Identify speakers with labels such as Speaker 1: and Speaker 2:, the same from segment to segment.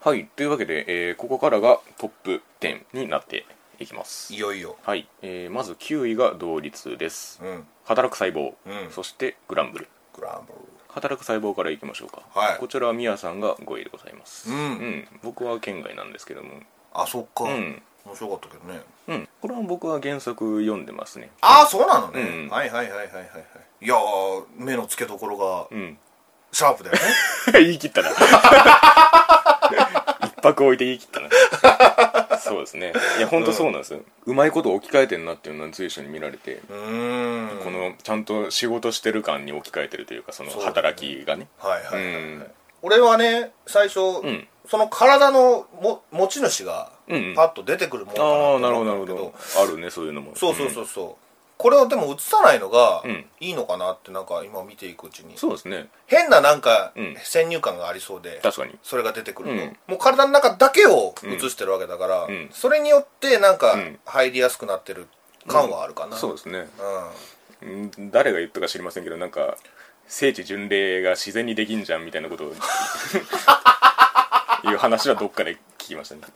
Speaker 1: はいというわけで、えーここからがトップ10になっていきます
Speaker 2: いよいよ
Speaker 1: はい、えーまず9位が同率です
Speaker 2: うん
Speaker 1: 働く細胞、
Speaker 2: うん
Speaker 1: そしてグランブル
Speaker 2: グランブル
Speaker 1: 働く細胞からいきましょうか、
Speaker 2: はい
Speaker 1: こちらはミヤさんが5位でございます
Speaker 2: うん
Speaker 1: 僕は県外なんですけども
Speaker 2: あそっか、
Speaker 1: うん
Speaker 2: 面白かったけどね
Speaker 1: うんこれは僕は原作読んでます ね
Speaker 2: ああそうなのね、
Speaker 1: うん
Speaker 2: はいはいはいはいはいはいいやー目の付けどころが
Speaker 1: うん
Speaker 2: シャープ だよね
Speaker 1: 言い切 ったな一泊置いて言い切ったなそうですねいや本当そうなんですよ、うまいこと置き換えてんなっていうのは随所に見られて、
Speaker 2: うーん
Speaker 1: このちゃんと仕事してる感に置き換えてるというかその
Speaker 2: そうだね
Speaker 1: 働きがね
Speaker 2: はいはいはい、はい
Speaker 1: うん
Speaker 2: 俺はね最初、
Speaker 1: ん
Speaker 2: その体のも持ち主が
Speaker 1: うんうん
Speaker 2: パッと出てくるものかな
Speaker 1: ああなる
Speaker 2: と
Speaker 1: ほどなるほ
Speaker 2: 思ったんだけ
Speaker 1: どあるねそういうのも
Speaker 2: そうそう
Speaker 1: うん
Speaker 2: そうそう、これをでも映さないのが
Speaker 1: うん
Speaker 2: いいのかなってなんか今見ていくうちに、
Speaker 1: そうですね
Speaker 2: 変ななんか
Speaker 1: うん
Speaker 2: 先入観がありそうで、
Speaker 1: 確かに
Speaker 2: それが出てくると、
Speaker 1: うん
Speaker 2: もう体の中だけを映してるわけだから、
Speaker 1: ん
Speaker 2: それによってなんか
Speaker 1: うん
Speaker 2: 入りやすくなってる感はあるかな、うん、
Speaker 1: そうですねうん誰が言ったか知りませんけどなんか聖地巡礼が自然にできんじゃんみたいなこと をいう話はどっかで聞きましたねっ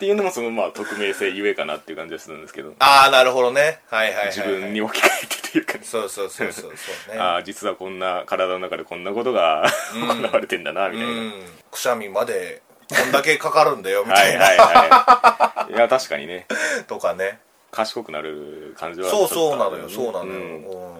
Speaker 1: ていうのもそのまあ匿名性ゆえかなっていう感じはするんですけど
Speaker 2: ああなるほどねはいはいはい、はい、
Speaker 1: 自分に置き換えてというかね
Speaker 2: そうそうそうそうそうね
Speaker 1: ああ実はこんな体の中でこんなことが行われてんだなみたいな、
Speaker 2: うんくしゃみまでこんだけかかるんだ よみ
Speaker 1: は
Speaker 2: た
Speaker 1: い
Speaker 2: いな
Speaker 1: はいはいいや確かにね
Speaker 2: とかね
Speaker 1: 賢くなる感じは
Speaker 2: そう
Speaker 1: ちょっ
Speaker 2: そう
Speaker 1: と
Speaker 2: な
Speaker 1: あ
Speaker 2: の
Speaker 1: る
Speaker 2: よそうなのよ、
Speaker 1: ん
Speaker 2: うん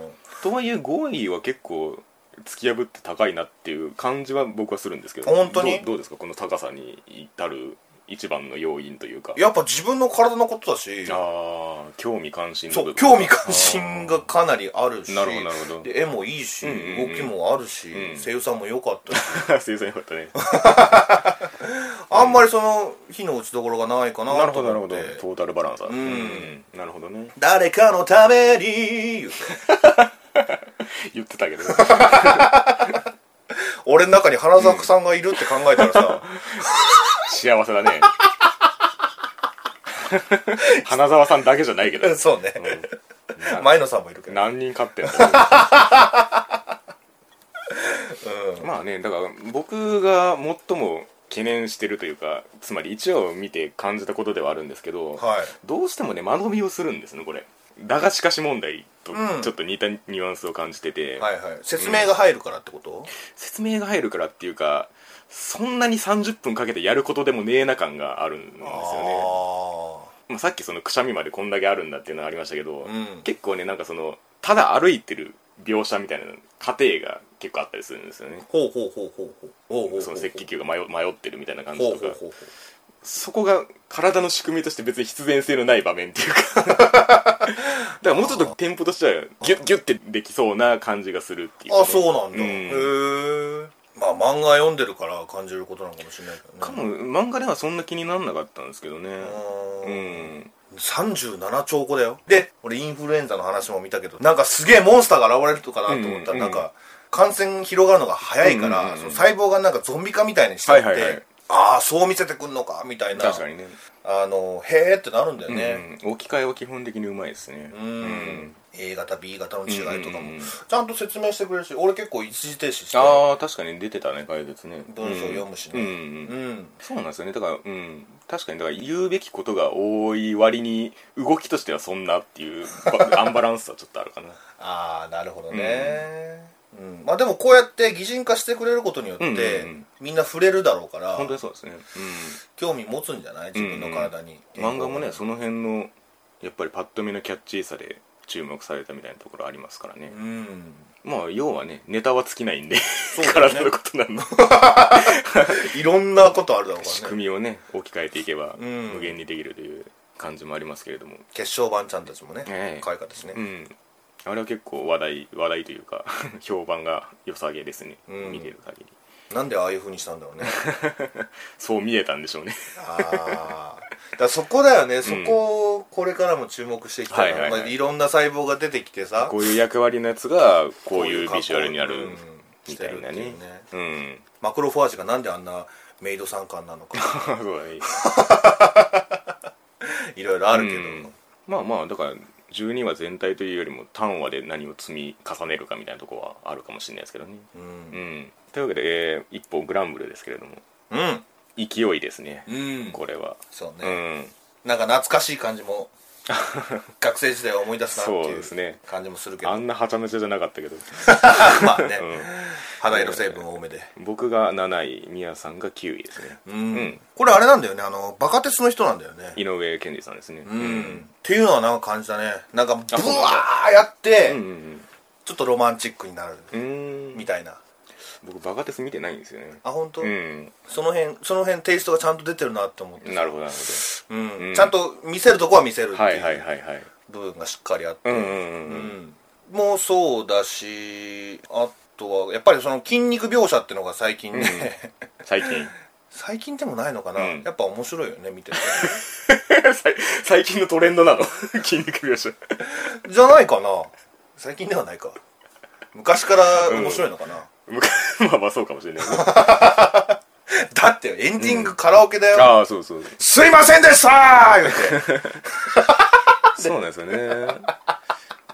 Speaker 1: とはいえ5位は結構突き破って高いなっていう感じは僕はするんですけど
Speaker 2: 本当に
Speaker 1: どうどうですかこの高さに至る一番の要因というか
Speaker 2: やっぱ自分の体のことだし
Speaker 1: ああ興味関心の
Speaker 2: そ
Speaker 1: 部
Speaker 2: う
Speaker 1: 分
Speaker 2: 興味関心がかなりあるし
Speaker 1: なるほどなるほど
Speaker 2: で絵もいいし、
Speaker 1: うんうんうん
Speaker 2: 動きもあるし、
Speaker 1: ん
Speaker 2: 声優さんも良かったし、
Speaker 1: あー 生産よかったね
Speaker 2: あんまりその火の打ちどころがないかな
Speaker 1: なる
Speaker 2: と
Speaker 1: ほどなる
Speaker 2: 思
Speaker 1: ほ
Speaker 2: って
Speaker 1: どトータルバランスだうんなるほどね
Speaker 2: 誰かのために
Speaker 1: 言ってたけど
Speaker 2: 俺の中に花咲さんがいるって考えた らさ、
Speaker 1: 幸せだ ね花澤さんだけじゃないけど、
Speaker 2: うんそうね、
Speaker 1: うん
Speaker 2: 前野さんもいるけど、
Speaker 1: 何人飼ってんのまあねだから僕が最も懸念してるというかつまり一話を見て感じたことではあるんですけど、
Speaker 2: はい
Speaker 1: どうしてもね間延びをするんですねこれだがしかし問題と
Speaker 2: うん
Speaker 1: ちょっと似たニュアンスを感じてて、
Speaker 2: はいはい説明が入るからってこと、
Speaker 1: 説明が入るからっていうかそんなに30分かけてやることでもねえな感があるんですよねまあ、さっきそのくしゃみまでこんだけあるんだっていうのはありましたけど、
Speaker 2: うん
Speaker 1: 結構ねなんかそのただ歩いてる描写みたいな過程が結構あったりするんですよね
Speaker 2: ああほうほうほうほうほうほうほうほう
Speaker 1: その赤血球が迷迷ってるみたいな感じ
Speaker 2: ほう
Speaker 1: と
Speaker 2: ほう
Speaker 1: か
Speaker 2: ほうほ
Speaker 1: そこが体の仕組みとして別に必然性のない場面っていうかだ からもうちょっとテンポとしてはギュッギュッてできそうな感じがするっていう
Speaker 2: うあそうなんだ、
Speaker 1: うん
Speaker 2: へえまあ漫画読んでるから感じることなのかもしれないけどね
Speaker 1: かも漫画ではそんな気にならなかったんですけどね
Speaker 2: う
Speaker 1: うんん
Speaker 2: 37兆個だよで俺インフルエンザの話も見たけどなんかすげえモンスターが現れるとかなと思った
Speaker 1: うんうんうん
Speaker 2: らなんか感染広がるのが早いから、
Speaker 1: うんうんうん
Speaker 2: その細胞がなんかゾンビ化みたいにしてって、
Speaker 1: はいはいはい
Speaker 2: ああそう見せてくんのかみたいな
Speaker 1: 確かにね
Speaker 2: あのへえってなるんだよね
Speaker 1: うん、置き換えは基本的にうまいですね
Speaker 2: うん、A 型 B 型の違いとか
Speaker 1: うんうんう
Speaker 2: も
Speaker 1: ん
Speaker 2: ちゃんと説明してくれるし俺結構一時停止して
Speaker 1: ああ確かに出てたね解説ね
Speaker 2: 文章読むしね
Speaker 1: うん、うん
Speaker 2: う
Speaker 1: うん
Speaker 2: ん
Speaker 1: そうなんですよねだからうん確かにだから言うべきことが多い割に動きとしてはそんなっていうばアンバランスはちょっとあるかな
Speaker 2: ああなるほどね、うんまあでもこうやって擬人化してくれることによって、
Speaker 1: うんうんうん
Speaker 2: みんな触れるだろうから
Speaker 1: 本当にそうですね、
Speaker 2: 興味持つんじゃない自分の体に、
Speaker 1: うん、漫画もねその辺のやっぱりパッと見のキャッチーさで注目されたみたいなところありますからね
Speaker 2: う、ん
Speaker 1: まあ要はねネタは尽きないんで、
Speaker 2: うだね
Speaker 1: 体のことな の
Speaker 2: いろんなことあるだろう
Speaker 1: 仕
Speaker 2: からね
Speaker 1: 組みをね置き換えていけば
Speaker 2: うん
Speaker 1: 無限にできるという感じもありますけれども、
Speaker 2: 決勝版ちゃんたちもね、
Speaker 1: ええ
Speaker 2: 可愛かったしね、
Speaker 1: うん、あれは結構話題話題というか 評判が良さげですね、
Speaker 2: うん
Speaker 1: 見てる限り
Speaker 2: なんでああいうふうにしたんだろうね
Speaker 1: そう見えたんでしょうね
Speaker 2: ああだからそこだよね、そこをこれからも注目していきたいな、
Speaker 1: はいはいはい
Speaker 2: まあいろんな細胞が出てきてさ
Speaker 1: こういう役割のやつがこう
Speaker 2: こ
Speaker 1: いう
Speaker 2: 格好
Speaker 1: ビジュアルになる
Speaker 2: うん
Speaker 1: み
Speaker 2: して
Speaker 1: た
Speaker 2: る
Speaker 1: い
Speaker 2: って
Speaker 1: な
Speaker 2: いう
Speaker 1: ねうん
Speaker 2: マクロファージがなんであんなメイド三冠なのか
Speaker 1: そうだね
Speaker 2: いろいろあるけど、
Speaker 1: うんまあまあだから12話全体というよりも単話で何を積み重ねるかみたいなとこはあるかもしれないですけどね
Speaker 2: うん
Speaker 1: うんというわけで、えー一方グランブルですけれども
Speaker 2: うん
Speaker 1: 勢いですね、
Speaker 2: うん
Speaker 1: これは
Speaker 2: そう
Speaker 1: う
Speaker 2: ね、
Speaker 1: ん
Speaker 2: なんか懐かしい感 じも学生時代を思い出すなって
Speaker 1: そう
Speaker 2: い
Speaker 1: ですね
Speaker 2: う感じもするけど、
Speaker 1: あんなはちゃめちゃじゃなかったけど
Speaker 2: まあね、肌色成分多めで、
Speaker 1: 僕が7位みやさんが9位ですね
Speaker 2: うん
Speaker 1: うん
Speaker 2: これあれなんだよねあのバカ鉄の人なんだよね
Speaker 1: 井上健二さんですね
Speaker 2: うん、っていうのはなんか感じたねなんかブ
Speaker 1: あそうなんだ
Speaker 2: ワーやって、
Speaker 1: うんうん
Speaker 2: ちょっとロマンチックになる
Speaker 1: うんうん
Speaker 2: みたいな
Speaker 1: 僕バカテス見てないんですよね
Speaker 2: あ本当、
Speaker 1: うん
Speaker 2: その辺その辺テイストがちゃんと出てるなって思って
Speaker 1: なるほどなる
Speaker 2: うん
Speaker 1: うん
Speaker 2: ちゃんと見せるとこは見せるっ
Speaker 1: ほ
Speaker 2: て
Speaker 1: どはいはいいうはいはい
Speaker 2: 部分がしっかりあって、
Speaker 1: うんうんうんう
Speaker 2: うんんもうそうだしあとはやっぱりその筋肉描写ってのが最近ね、
Speaker 1: 最近
Speaker 2: 最近でもないのかな、
Speaker 1: うん
Speaker 2: やっぱ面白いよね見てて
Speaker 1: 最最近のトレンドなの 筋肉描写
Speaker 2: じゃないかな最近ではないか昔から面白いのかな、
Speaker 1: 昔 まあまあそうかもしれないね
Speaker 2: だってよエンディングカラオケだ よ、
Speaker 1: ああそうそう
Speaker 2: すいませんでしたー言って
Speaker 1: そうなんですよね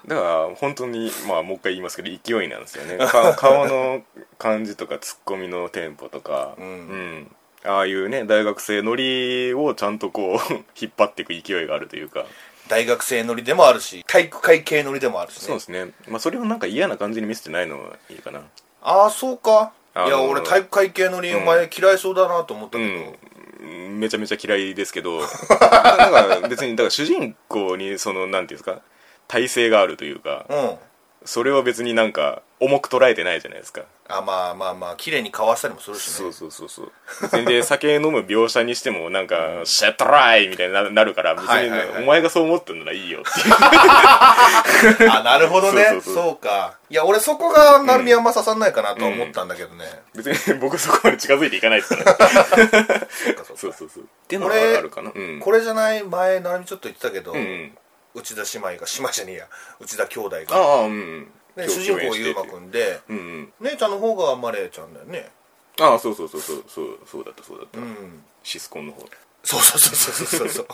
Speaker 1: だから本当にまあもう一回言いますけど勢いなんですよねか 顔の感じとかツッコミのテンポとか、うんああいうね大学生ノリをちゃんとこう 引っ張っていく勢いがあるというか
Speaker 2: 大学生乗りでもあるし体育会系乗りでもあるしね
Speaker 1: そうですね、まあ、それをなんか嫌な感じに見せてないのはいいかな
Speaker 2: ああそうかい
Speaker 1: あ
Speaker 2: や
Speaker 1: のー
Speaker 2: 俺体育会系乗りお前嫌いそうだなと思った
Speaker 1: う
Speaker 2: けど、
Speaker 1: んめちゃめちゃ嫌いですけ どだから別にだから主人公にそのなんていうんですか体勢があるというか
Speaker 2: うん、
Speaker 1: それを別になんか重く捉えてないじゃないですか
Speaker 2: あまあまあまあ綺麗にかわしたりもするしね
Speaker 1: そうそうそうそう別にで酒飲む描写にしてもなんか「シャットライ!」みたいにななるから別
Speaker 2: はい
Speaker 1: に
Speaker 2: はいはい
Speaker 1: お前がそう思ってんならいいよっていう
Speaker 2: あなるほどねそ
Speaker 1: そううそうそう
Speaker 2: かいや俺そこが成宮あんま刺さんないかなとは思ったんだけどね、
Speaker 1: 別に僕そこまで近づいていかないですから
Speaker 2: そうかそうか
Speaker 1: そうそうそうっていうの
Speaker 2: こ
Speaker 1: は
Speaker 2: れ
Speaker 1: あるかなうん
Speaker 2: これじゃない前成宮ちょっと言ってたけど、
Speaker 1: うんうん
Speaker 2: 内田姉妹が姉妹じゃねえや内田兄弟
Speaker 1: あ
Speaker 2: が、
Speaker 1: あうん
Speaker 2: ね、主人公
Speaker 1: ゆ
Speaker 2: 優
Speaker 1: うま
Speaker 2: 馬
Speaker 1: く
Speaker 2: く
Speaker 1: ん
Speaker 2: んで
Speaker 1: うんうん
Speaker 2: 姉ちゃんの方がマレーちゃんだよね
Speaker 1: ああそうそうそうそうそうそうだったそうだった
Speaker 2: うん
Speaker 1: シスコンの方
Speaker 2: そうそうそうそうそ うそう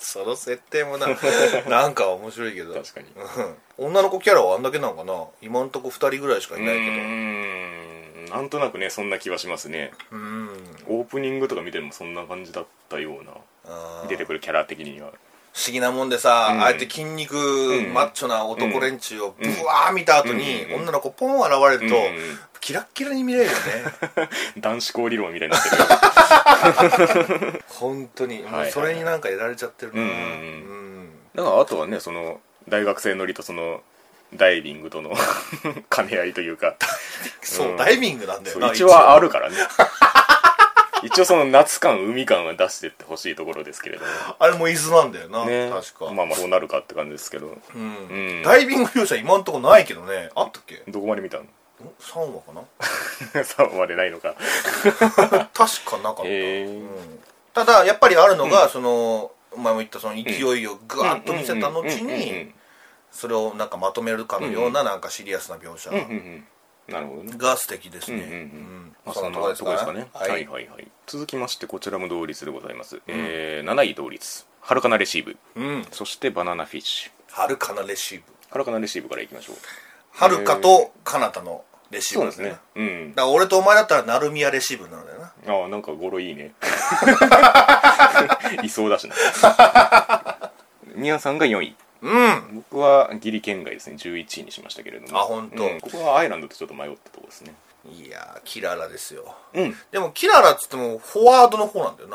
Speaker 2: その設定もななんか面白いけど
Speaker 1: 確かに
Speaker 2: うん女の子キャラはあんだけなのかな今んとこ2人ぐらいしかいな
Speaker 1: う
Speaker 2: いけ
Speaker 1: ーんなんとなくねそんな気はしますね
Speaker 2: どうん
Speaker 1: オープニングとか見てもそんな感じだったような
Speaker 2: あー
Speaker 1: 出てくるキャラ的には
Speaker 2: 不思議なもんでさ、
Speaker 1: うん
Speaker 2: ああえて筋肉、
Speaker 1: ん
Speaker 2: マッチョな男連中をブワー見た後に、
Speaker 1: うん
Speaker 2: 女の子ポン現れると、
Speaker 1: うんうん
Speaker 2: キラッキラに見れるよね
Speaker 1: 男子校理論みたいになって る
Speaker 2: 本当に、
Speaker 1: はいはい
Speaker 2: もうそれになんかやられちゃってるな
Speaker 1: うん
Speaker 2: う
Speaker 1: うん
Speaker 2: ん、
Speaker 1: だからあとはねその大学生ノリとそのダイビングとの 兼ね合いというか
Speaker 2: そう、
Speaker 1: うん
Speaker 2: ダイビングなんだよ
Speaker 1: そう
Speaker 2: な
Speaker 1: 一応はある からね一応その夏感海感は出してってほしいところですけれども
Speaker 2: あれも伊豆なんだよな、
Speaker 1: ね
Speaker 2: 確か、
Speaker 1: まあまあそうなるかって感じですけど
Speaker 2: う
Speaker 1: う
Speaker 2: ん
Speaker 1: ん
Speaker 2: ダイビング描写今んとこないけどねあったっけ
Speaker 1: どこまで見たの
Speaker 2: 3話かな
Speaker 1: 3までないのか
Speaker 2: 確かなかった、
Speaker 1: へえ
Speaker 2: うんただやっぱりあるのが、そのお前も言ったその勢いをグワッと見せた後にそれをなんかまとめるかのようななんかシリアスな描写
Speaker 1: うんうんうんなるほどね
Speaker 2: が素敵ですね、
Speaker 1: うんうんうん
Speaker 2: うん
Speaker 1: まあ、
Speaker 2: そ
Speaker 1: そ
Speaker 2: ん
Speaker 1: ん
Speaker 2: な
Speaker 1: な
Speaker 2: と
Speaker 1: と
Speaker 2: こ
Speaker 1: こ
Speaker 2: で
Speaker 1: ですす
Speaker 2: かね
Speaker 1: かねはい
Speaker 2: は
Speaker 1: はいいはい、続きましてこちらも同率でございます、えー7位同率ハルカナレシーブ
Speaker 2: うん
Speaker 1: そしてバナナフィッシ
Speaker 2: はるかなレシーブ
Speaker 1: ュハルカナレシーブからいきましょう
Speaker 2: はるかとかなたのレシー
Speaker 1: そう
Speaker 2: ブ
Speaker 1: ですね
Speaker 2: だか
Speaker 1: うん
Speaker 2: ら俺とお前だったら成宮レシーブなんだよな
Speaker 1: ああなんか語呂いいね いそうだしな宮さんが4位
Speaker 2: うん
Speaker 1: 僕はギリ圏外ですね11位にしましたけれども
Speaker 2: あほんと
Speaker 1: うんここはアイランドとちょっと迷ったとこですね
Speaker 2: いやーキララですよ
Speaker 1: うん
Speaker 2: でもキララっつってもフォワードの方なんだよ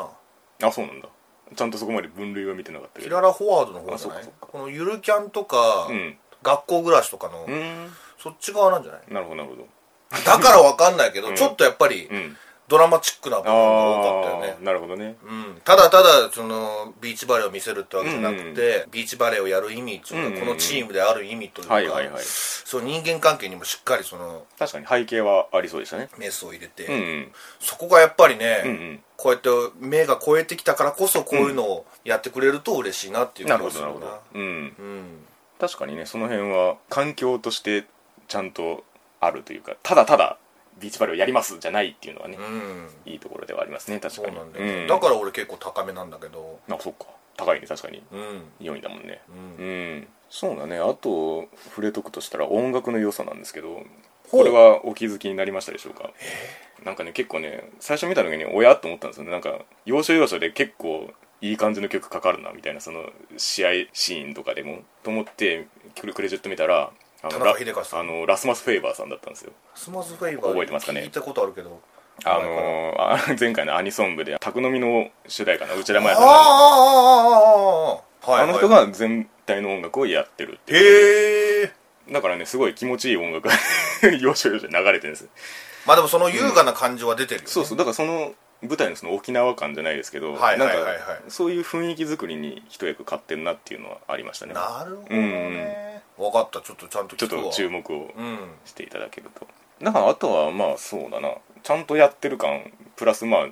Speaker 2: な
Speaker 1: あそうなんだちゃんとそこまで分類は見てなかったけ
Speaker 2: キ
Speaker 1: ど
Speaker 2: ララフォワードの方じゃな
Speaker 1: あ
Speaker 2: い
Speaker 1: そうかそうか
Speaker 2: このゆるキャンとか、
Speaker 1: うん
Speaker 2: 学校暮らしとかの、
Speaker 1: うーん
Speaker 2: そっち側なんじゃない
Speaker 1: なるほどなるほど
Speaker 2: だからわかんないけど、
Speaker 1: ん
Speaker 2: ちょっとやっぱり
Speaker 1: うん
Speaker 2: ドラマチックな部分が多か
Speaker 1: ああ
Speaker 2: ったよね
Speaker 1: ー、なるほどね
Speaker 2: うん、ただただそのビーチバレーを見せるってわけじゃなくて、
Speaker 1: うんうん
Speaker 2: ビーチバレーをやる意味っていうか、
Speaker 1: うんうん
Speaker 2: このチームである意味というか、
Speaker 1: はいはいはい
Speaker 2: その人間関係にもしっかりその
Speaker 1: 確かに背景はありそうでしたね
Speaker 2: メスを入れて、
Speaker 1: うんうん
Speaker 2: そこがやっぱりね、
Speaker 1: うんうん
Speaker 2: こうやって目が超えてきたからこそこういうのをやってくれると嬉しいなっていう気
Speaker 1: なるほ
Speaker 2: が
Speaker 1: ど
Speaker 2: す
Speaker 1: な
Speaker 2: る
Speaker 1: るほどうん
Speaker 2: うん
Speaker 1: 確かにねその辺は環境としてちゃんとあるというかただただビーチバレーをやりますじゃないっていうのはね
Speaker 2: うん
Speaker 1: いいところではありますね確
Speaker 2: そう
Speaker 1: かに
Speaker 2: なんだよね、
Speaker 1: うん
Speaker 2: だから俺結構高めなんだけど
Speaker 1: あそっか高いね確かに
Speaker 2: うん
Speaker 1: 4位だもんね
Speaker 2: うん
Speaker 1: うんそうだねあと触れとくとしたら音楽の良さなんですけど
Speaker 2: ほう
Speaker 1: これはお気づきになりましたでしょうかなんかね結構ね最初見た時におやと思ったんですよねなんか要所要所で結構いい感じの曲かかるなみたいなその試合シーンとかでもと思ってクレクレジット見たらあ
Speaker 2: 田
Speaker 1: の
Speaker 2: 中
Speaker 1: ラ
Speaker 2: 秀和さん
Speaker 1: あのラスマス・フェイバーさんだったんですよ
Speaker 2: スマズフェイバー
Speaker 1: 覚えてますかね
Speaker 2: 聞いたことあるけど
Speaker 1: あのーあ 前回のアニソン部で「宅飲み」の主題歌の内田
Speaker 2: あ
Speaker 1: 真
Speaker 2: あ
Speaker 1: 也
Speaker 2: あ
Speaker 1: さんの
Speaker 2: あああああああ
Speaker 1: あの人が全体の音楽をやってるって
Speaker 2: へえ
Speaker 1: だからねすごい気持ちいい音楽が 要所要所に流れてるんです
Speaker 2: まあでもその優雅な感情は出てるよね
Speaker 1: そうそうだからその舞台のその沖縄感じゃないですけど、
Speaker 2: はいはいはいはい
Speaker 1: なんかそういう雰囲気作りに一役買ってるなっていうのはありましたね
Speaker 2: なるほどね分かったちょっとちゃんと
Speaker 1: ちょ
Speaker 2: 聞
Speaker 1: っ
Speaker 2: くわ
Speaker 1: と注目を
Speaker 2: うん
Speaker 1: していただけるとだからあとはまあそうだなちゃんとやってる感プラスまあもう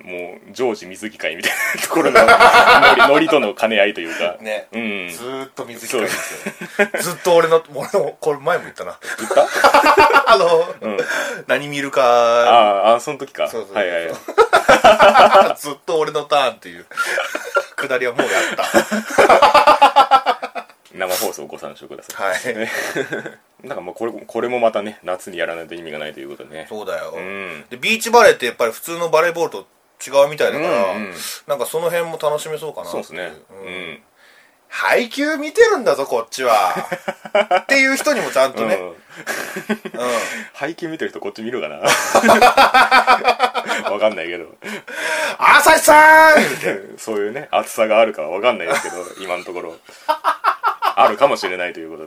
Speaker 1: 常時水着会みたいなところの ノリノリとの兼ね合いというか
Speaker 2: ね
Speaker 1: うん
Speaker 2: ずーっと水着たいですよずっと俺の俺のこれ前も言ったな
Speaker 1: 言った
Speaker 2: あの
Speaker 1: うん
Speaker 2: 何見るか
Speaker 1: ああーその時か
Speaker 2: そうそうそう
Speaker 1: はいはいはい
Speaker 2: ずっと俺のターンっていうくだりはもうやっ
Speaker 1: 生放送ご参照くださ
Speaker 2: たはい
Speaker 1: いなんかまあこれこれもまたね夏にやらないと意味がないということでね
Speaker 2: そうだよ、
Speaker 1: ん
Speaker 2: でビーチバレーってやっぱり普通のバレーボールと違うみたいだから、
Speaker 1: うんうん
Speaker 2: なんかその辺も楽しめそうかな
Speaker 1: そうですね
Speaker 2: うん
Speaker 1: うん
Speaker 2: 配球見てるんだぞこっちはっていう人にもちゃんとね、
Speaker 1: うん
Speaker 2: うん
Speaker 1: 背景見てる人こっち見るかなわかんないけど
Speaker 2: 朝日さん
Speaker 1: そういうね厚さがあるかはわかんないですけど今のところあるかもしれないということ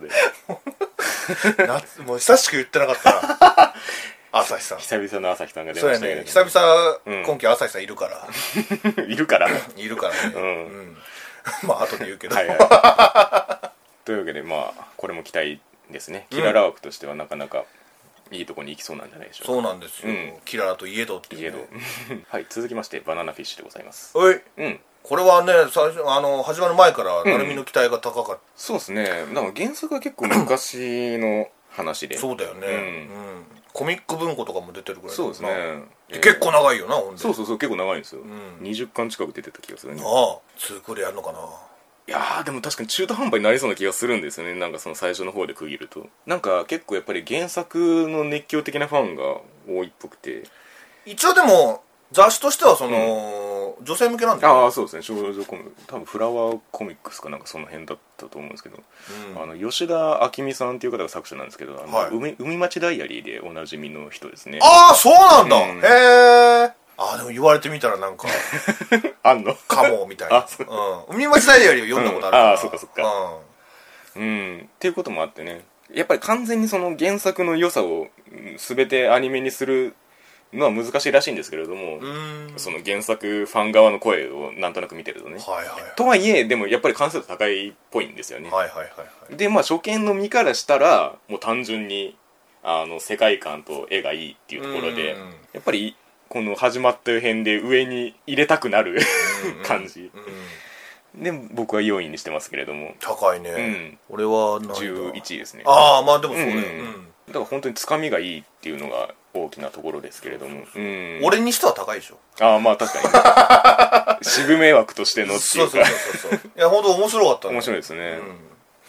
Speaker 1: で
Speaker 2: 夏 もう久しく言ってなかったな朝日さん
Speaker 1: 久々の朝日さんが出
Speaker 2: そう
Speaker 1: ま
Speaker 2: や
Speaker 1: したけ
Speaker 2: ね
Speaker 1: れ
Speaker 2: 久
Speaker 1: ど
Speaker 2: 々、
Speaker 1: うん
Speaker 2: 今季朝日さんいるから
Speaker 1: も、いるからはい
Speaker 2: るからね
Speaker 1: うん
Speaker 2: んまあ後で言うけど、
Speaker 1: はいというわけでまあこれも期待ですねキララ枠としてはなかなかいいとこに行きそうなんじゃないでしょう
Speaker 2: そうなんですよ、
Speaker 1: うん
Speaker 2: キララといえどっ
Speaker 1: か
Speaker 2: てい
Speaker 1: いえ
Speaker 2: う、
Speaker 1: ど
Speaker 2: ね、
Speaker 1: はい続きましてバナナフィッシュでございます
Speaker 2: おい
Speaker 1: うん
Speaker 2: これはね最初あの始まる前から成海の期待が高かっ
Speaker 1: そうですねなんか原作は結構昔の話
Speaker 2: た、
Speaker 1: で
Speaker 2: そうだよね、
Speaker 1: う
Speaker 2: うんコミック文庫とかも出てるぐらいだ
Speaker 1: そう
Speaker 2: もん
Speaker 1: で
Speaker 2: な
Speaker 1: すね
Speaker 2: で結構長いよなほんで
Speaker 1: そうそうそう結構長いんですよ、
Speaker 2: ん
Speaker 1: 20巻近く出てた気がするね
Speaker 2: ああ2クールやるのかない
Speaker 1: やーでも確かに中途半端になりそうな気がするんですよねなんかその最初の方で区切るとなんか結構やっぱり原作の熱狂的なファンが多いっぽくて
Speaker 2: 一応でも雑誌としてはその、女性向けなんだ
Speaker 1: あ
Speaker 2: よ
Speaker 1: あそうですね少女コミック多分フラワーコミックスかなんかその辺だったと思うんですけど、
Speaker 2: うん
Speaker 1: あの吉田明美さんっていう方が作者なんですけど「あの
Speaker 2: はい
Speaker 1: 海海町ダイアリー」でおなじみの人ですね
Speaker 2: ああそうなんだ、
Speaker 1: うん
Speaker 2: へえああでも言われてみたらなんか
Speaker 1: あんの
Speaker 2: かもみたいな
Speaker 1: あそう
Speaker 2: うん、海町ダイアリーを読んだことあるから、
Speaker 1: うんああそっかそっか
Speaker 2: うん
Speaker 1: うんっていうこともあってねやっぱり完全にその原作の良さをうん全てアニメにするのは難しいらしいんですけれども、
Speaker 2: うーん
Speaker 1: その原作ファン側の声をなんとなく見てるとね
Speaker 2: はいはい
Speaker 1: とはいえでもやっぱり完成度高いっぽいんですよね、
Speaker 2: はいはいはいはい
Speaker 1: でまあ初見の身からしたらもう単純にあの世界観と絵がいいっていうところで
Speaker 2: うんうん
Speaker 1: やっぱりこの始まった辺で上に入れたくなる
Speaker 2: うんうん
Speaker 1: 感じ
Speaker 2: うん
Speaker 1: で僕は4位にしてますけれども
Speaker 2: 高いね、俺は何だ
Speaker 1: 11位ですねだか
Speaker 2: ああまあでもそうだよ、
Speaker 1: うん
Speaker 2: うん
Speaker 1: ら本当につかみがいいっていうのが大きなところですけれども、うん、
Speaker 2: 俺にしては高いでしょ
Speaker 1: ああまあ確か に渋迷惑としてのってい
Speaker 2: そううそう
Speaker 1: か
Speaker 2: そうそういや本当面白かったね
Speaker 1: 面白いですね
Speaker 2: う、ん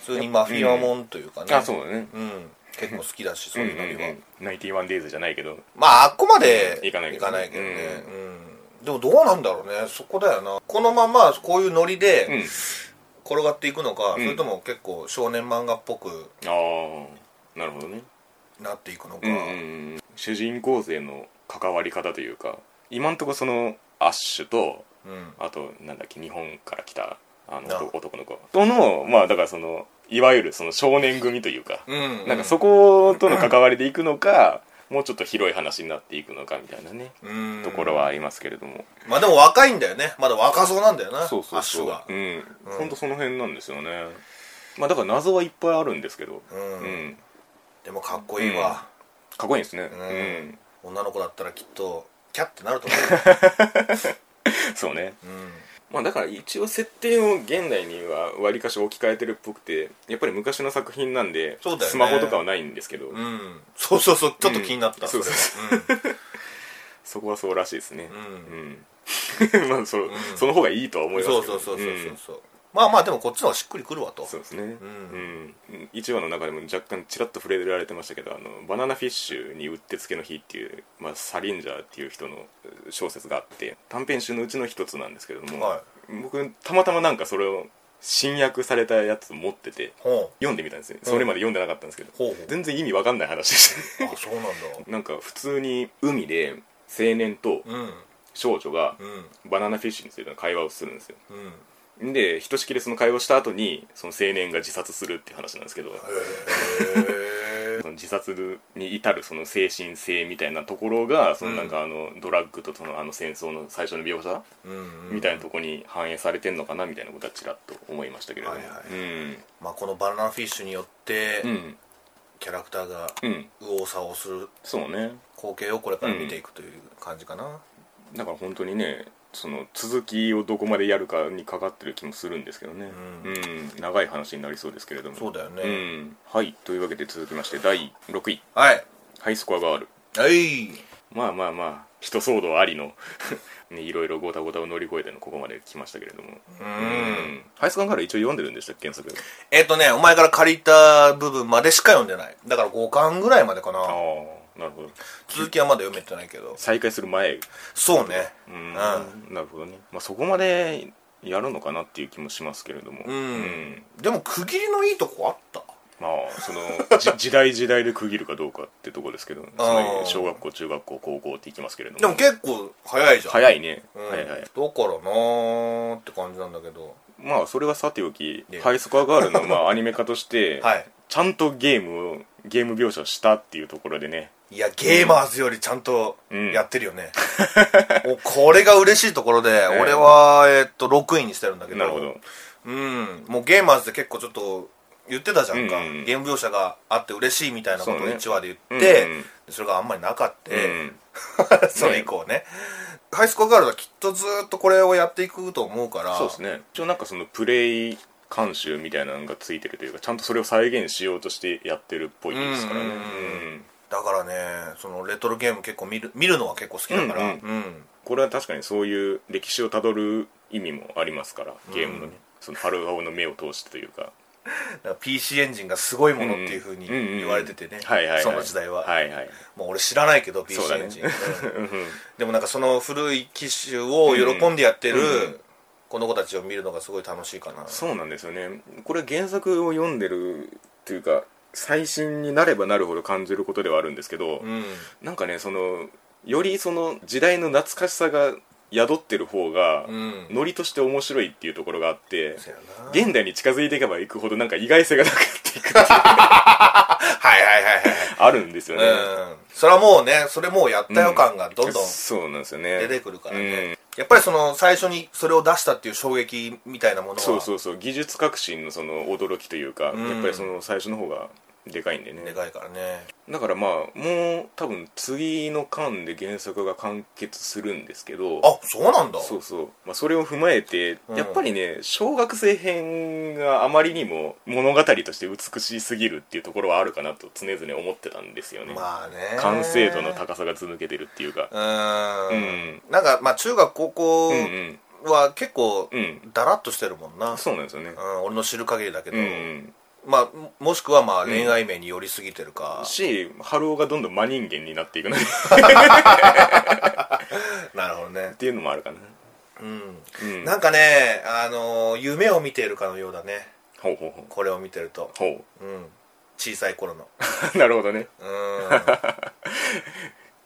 Speaker 2: 普通にマフィアモンというかね、
Speaker 1: あそうだね
Speaker 2: うん結構好きだしそういうのは、
Speaker 1: ナイティワンデイズじゃないけど
Speaker 2: まああっこまで
Speaker 1: いかないけどね
Speaker 2: けどねうんでもどうなんだろうねそこだよなこのままこういうノリ
Speaker 1: う
Speaker 2: で
Speaker 1: ん
Speaker 2: 転がっていくのか、
Speaker 1: うん
Speaker 2: それとも結構少年漫画っぽく
Speaker 1: ああなるほどね
Speaker 2: なっていくのか、
Speaker 1: うんうんうん主人公勢の関わり方というか今んとこそのアッシュと
Speaker 2: うん
Speaker 1: あとなんだっけ日本から来たあの
Speaker 2: あ
Speaker 1: 男男の子とのまあだからそのいわゆるその少年組というか、
Speaker 2: うん
Speaker 1: なんかそことの関わりでいくのか、もうちょっと広い話になっていくのかみたいなね、
Speaker 2: うん
Speaker 1: ところはありますけれども、
Speaker 2: まあでも若いんだよねまだ若そうなんだよな
Speaker 1: そうそうそう
Speaker 2: アッシ
Speaker 1: う
Speaker 2: ュが
Speaker 1: ん、ほんとその辺なんですよねまあだから謎はいっぱいあるんですけど、
Speaker 2: うん
Speaker 1: うん、
Speaker 2: でもかっこいいわ、
Speaker 1: かっこいいですね、
Speaker 2: 女の子だったらきっとキャッてなると思
Speaker 1: うん、 そうね
Speaker 2: う、うん、
Speaker 1: まあだから一応設定を現代にはわりかし置き換えてるっぽくてやっぱり昔の作品なんで、
Speaker 2: そうだよね
Speaker 1: スマホとかはないんですけど、
Speaker 2: うん、そうそうそうちょっと気になった、
Speaker 1: うん
Speaker 2: れは
Speaker 1: そこはそうらしいですね
Speaker 2: うん
Speaker 1: うん、まあそ,、うその方がいいとは思
Speaker 2: う
Speaker 1: い
Speaker 2: ん
Speaker 1: ます
Speaker 2: そう
Speaker 1: け
Speaker 2: そ
Speaker 1: ど
Speaker 2: うそうそうそうそう、まあまあでもこっちの方がしっくりくるわと
Speaker 1: そうですね、
Speaker 2: ん
Speaker 1: うん1話の中でも若干ちらっと触れられてましたけど「あのバナナフィッシュにうってつけの日」っていう、まあ、サリンジャーっていう人のえー小説があって短編集のうちの一つなんですけれども、
Speaker 2: は
Speaker 1: 僕たまたまなんかそれを新訳されたやつ持ってて
Speaker 2: ほ
Speaker 1: 読んでみたんですねそれまで読んでなかったんですけど、
Speaker 2: ほうほう
Speaker 1: 全然意味わかんない話でし
Speaker 2: うあそうなんだ
Speaker 1: たなんか普通に海で青年と
Speaker 2: うん
Speaker 1: 少女が
Speaker 2: うん
Speaker 1: バナナフィッシュについての会話をするんですよ
Speaker 2: うん
Speaker 1: でひとしきりその会話をした後にその青年が自殺するっていう話なんですけど、
Speaker 2: へえ
Speaker 1: その自殺に至るその精神性みたいなところがそのなんかあのドラッグとそのあの戦争の最初の描写
Speaker 2: うん
Speaker 1: みたいなとこに反映されてんのかなみたいなことはちらっと思いましたけれども
Speaker 2: はいはい
Speaker 1: うん
Speaker 2: まあこのバナナフィッシュによって
Speaker 1: うん
Speaker 2: キャラクターが
Speaker 1: うん
Speaker 2: 右往左往する
Speaker 1: そうね
Speaker 2: 光景をこれから見ていくという感じかな
Speaker 1: だから本当にねその続きをどこまでやるかにかかってる気もするんですけどね
Speaker 2: う
Speaker 1: うん長い話になりそうですけれども
Speaker 2: そうだよね
Speaker 1: うんはいというわけで続きまして第6位
Speaker 2: はい
Speaker 1: ハイスコアガール
Speaker 2: はい
Speaker 1: まあまあまあ人騒動ありの、 ね、いろいろごたごたを乗り越えてのここまで来ましたけれどもう
Speaker 2: う
Speaker 1: んハイスカンから一応読んでるんでしたっけ原作
Speaker 2: えっとねお前から借りた部分までしか読んでないだから5巻ぐらいまでか
Speaker 1: ああ
Speaker 2: な
Speaker 1: なるほど
Speaker 2: 続きはまだ読めてないけど
Speaker 1: 再開する前
Speaker 2: そうね
Speaker 1: う
Speaker 2: うんん
Speaker 1: なるほどね、まあ、そこまでやるのかなっていう気もしますけれども
Speaker 2: うんでも区切りのいいとこあった
Speaker 1: まあその じ時代時代で区切るかどうかってとこですけどつまり小学校中学校高校っていきますけれども
Speaker 2: でも結構早いじゃん
Speaker 1: 早いね、
Speaker 2: うん
Speaker 1: はいはい
Speaker 2: だからなーって感じなんだけど
Speaker 1: まあそれはさておき
Speaker 2: で
Speaker 1: ハイスコアガールのまあアニメ化と して、
Speaker 2: はい
Speaker 1: ちゃんとゲームをゲーム描写をしたっていうところでね
Speaker 2: いやゲーマーズよりちゃんと
Speaker 1: うん
Speaker 2: やってる よね、もうこれが嬉しいところで、
Speaker 1: え
Speaker 2: 俺は、えっと6位にしてるんだけど
Speaker 1: なるほど
Speaker 2: うんもうゲーマーズで結構ちょっと言ってたじゃんか、
Speaker 1: うんうんうん
Speaker 2: ゲーム描写があって嬉しいみたいなことを
Speaker 1: そうね
Speaker 2: 1話で言って
Speaker 1: うんうん
Speaker 2: それがあんまりなかった、
Speaker 1: うん、
Speaker 2: それ以降ねハイスコアガールはきっとずっとこれをやっていくと思うから
Speaker 1: そうですね一応なんかそのプレイ監修みたいなのがついてるというかちゃんとそれを再現しようとしてやってるっぽいですからね
Speaker 2: うんうんだからねそのレトロゲーム結構見る見るのは結構好きだから
Speaker 1: うん
Speaker 2: うん
Speaker 1: これは確かにそういう歴史をたどる意味もありますからゲームのね、
Speaker 2: うん
Speaker 1: その春青の目を通してというか
Speaker 2: だから PC エンジンがすごいものっていうふうに
Speaker 1: んんん
Speaker 2: 言われててね
Speaker 1: はいはいい
Speaker 2: その時代は、
Speaker 1: はいはい
Speaker 2: もう俺知らないけど
Speaker 1: そう
Speaker 2: PC
Speaker 1: だ
Speaker 2: エ
Speaker 1: ね
Speaker 2: ンジ ン、うんでもなんかその古い機種を喜んでやってる、
Speaker 1: うん
Speaker 2: この子たちを見るのがすごい楽しいかな
Speaker 1: そうなんですよねこれ原作を読んでるというか最新になればなるほど感じることではあるんですけど、
Speaker 2: うん
Speaker 1: なんかねそのよりその時代の懐かしさが宿ってる方が、
Speaker 2: うん
Speaker 1: ノリとして面白いっていうところがあって
Speaker 2: そうやな
Speaker 1: 現代に近づいていけばいくほどなんか意外性がなくなっていく
Speaker 2: はいはいはい
Speaker 1: あるんですよね、
Speaker 2: はい、うん、それはもうねそれもうやったよ感がどんどん
Speaker 1: そうなんですよね
Speaker 2: 出てくるからね、
Speaker 1: うん
Speaker 2: やっぱりその最初にそれを出したっていう衝撃みたいなものは
Speaker 1: そうそうそう技術革新のその驚きというか、
Speaker 2: ん
Speaker 1: やっぱりその最初の方がでかいんでね
Speaker 2: でかいからね
Speaker 1: だからまあもう多分次の巻で原作が完結するんですけど
Speaker 2: あそうなんだ
Speaker 1: そうそう、まあ、それを踏まえて、
Speaker 2: うん
Speaker 1: やっぱりね小学生編があまりにも物語として美しすぎるっていうところはあるかなと常々思ってたんですよね、
Speaker 2: まあね
Speaker 1: 完成度の高さがず抜けてるっていうか
Speaker 2: うーん
Speaker 1: うん
Speaker 2: なんかまあ中学高校
Speaker 1: うんうん
Speaker 2: は結構
Speaker 1: うん
Speaker 2: だらっとしてるもんな、うん
Speaker 1: そうなんですよね
Speaker 2: 俺の知る限りだけど、
Speaker 1: うん、うん、
Speaker 2: まあももしくはまあ恋愛面に寄りすぎてるか、
Speaker 1: し春尾がどんどん真人間にな っていくなっ
Speaker 2: なるほどね、
Speaker 1: ていうのもあるかな
Speaker 2: うん
Speaker 1: うん
Speaker 2: なんかね、あのー夢を見ているかのようだね
Speaker 1: ほうほうほう
Speaker 2: これを見てると、
Speaker 1: ほ
Speaker 2: うん、小さい頃の
Speaker 1: う なるほどね
Speaker 2: うん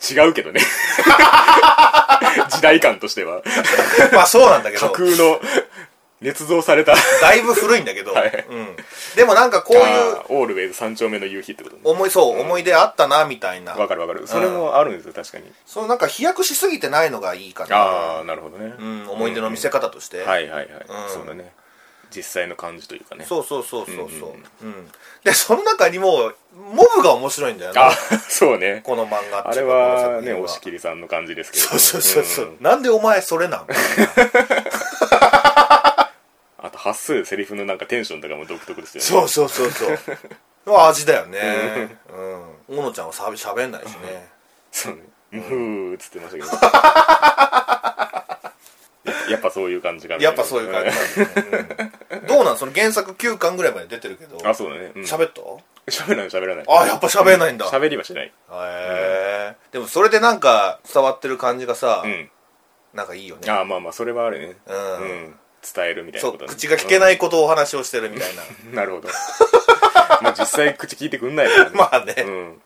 Speaker 1: 違うけどね 時代感としては
Speaker 2: まあそうなんだけ
Speaker 1: 架
Speaker 2: ど
Speaker 1: 空の捏造された
Speaker 2: だいぶ古いんだけど、
Speaker 1: はい
Speaker 2: うん、でもなんかこういう
Speaker 1: あーオールウェイズ三丁目の夕日ってことね
Speaker 2: 思いそう、思い出あったなみたいな
Speaker 1: わかるわかるそれもあるんですよ確かに
Speaker 2: そのなんか飛躍しすぎてないのがいいか
Speaker 1: ああな
Speaker 2: な、
Speaker 1: るほどね、
Speaker 2: うん、思い出の見せ方として、
Speaker 1: はいはいはい、
Speaker 2: ん
Speaker 1: そうだね実際の感じというかね
Speaker 2: そうそうそうそうそう、
Speaker 1: うん
Speaker 2: うんでその中にもモブが面白いんだよね
Speaker 1: あ そうね
Speaker 2: この漫画
Speaker 1: あ
Speaker 2: ってい
Speaker 1: れ
Speaker 2: うか
Speaker 1: はね
Speaker 2: この作
Speaker 1: 押
Speaker 2: 品
Speaker 1: 切さんの感じですけど
Speaker 2: そうそうそうそう、
Speaker 1: ん
Speaker 2: なんでお前そ れなん
Speaker 1: あと発するセリフのなんかテンションとかも独特ですよね
Speaker 2: そうそうそうそう味だよねうん小野ちゃんはさしゃべんないしね
Speaker 1: そうね「うふー」っつってましたけど ややっぱそういう感じか
Speaker 2: やっぱそういう感じなんだね、うんどうなんその原作9巻ぐらいまで出てるけど
Speaker 1: じあそうだねうん
Speaker 2: 喋った
Speaker 1: 喋らない喋らない
Speaker 2: あやっぱ喋れないんだ
Speaker 1: 喋りはしない
Speaker 2: へえでもそれでなんか伝わってる感じがさ、
Speaker 1: うん
Speaker 2: なんかいいよね
Speaker 1: ああまあまあそれはあるねう
Speaker 2: う、
Speaker 1: んん伝えるみたいな
Speaker 2: そ
Speaker 1: こ
Speaker 2: う
Speaker 1: とね
Speaker 2: 口が聞けないことをお話をしてるみたいな
Speaker 1: うんなるほど まあ実際口聞いてくんないからね
Speaker 2: まあね、
Speaker 1: うん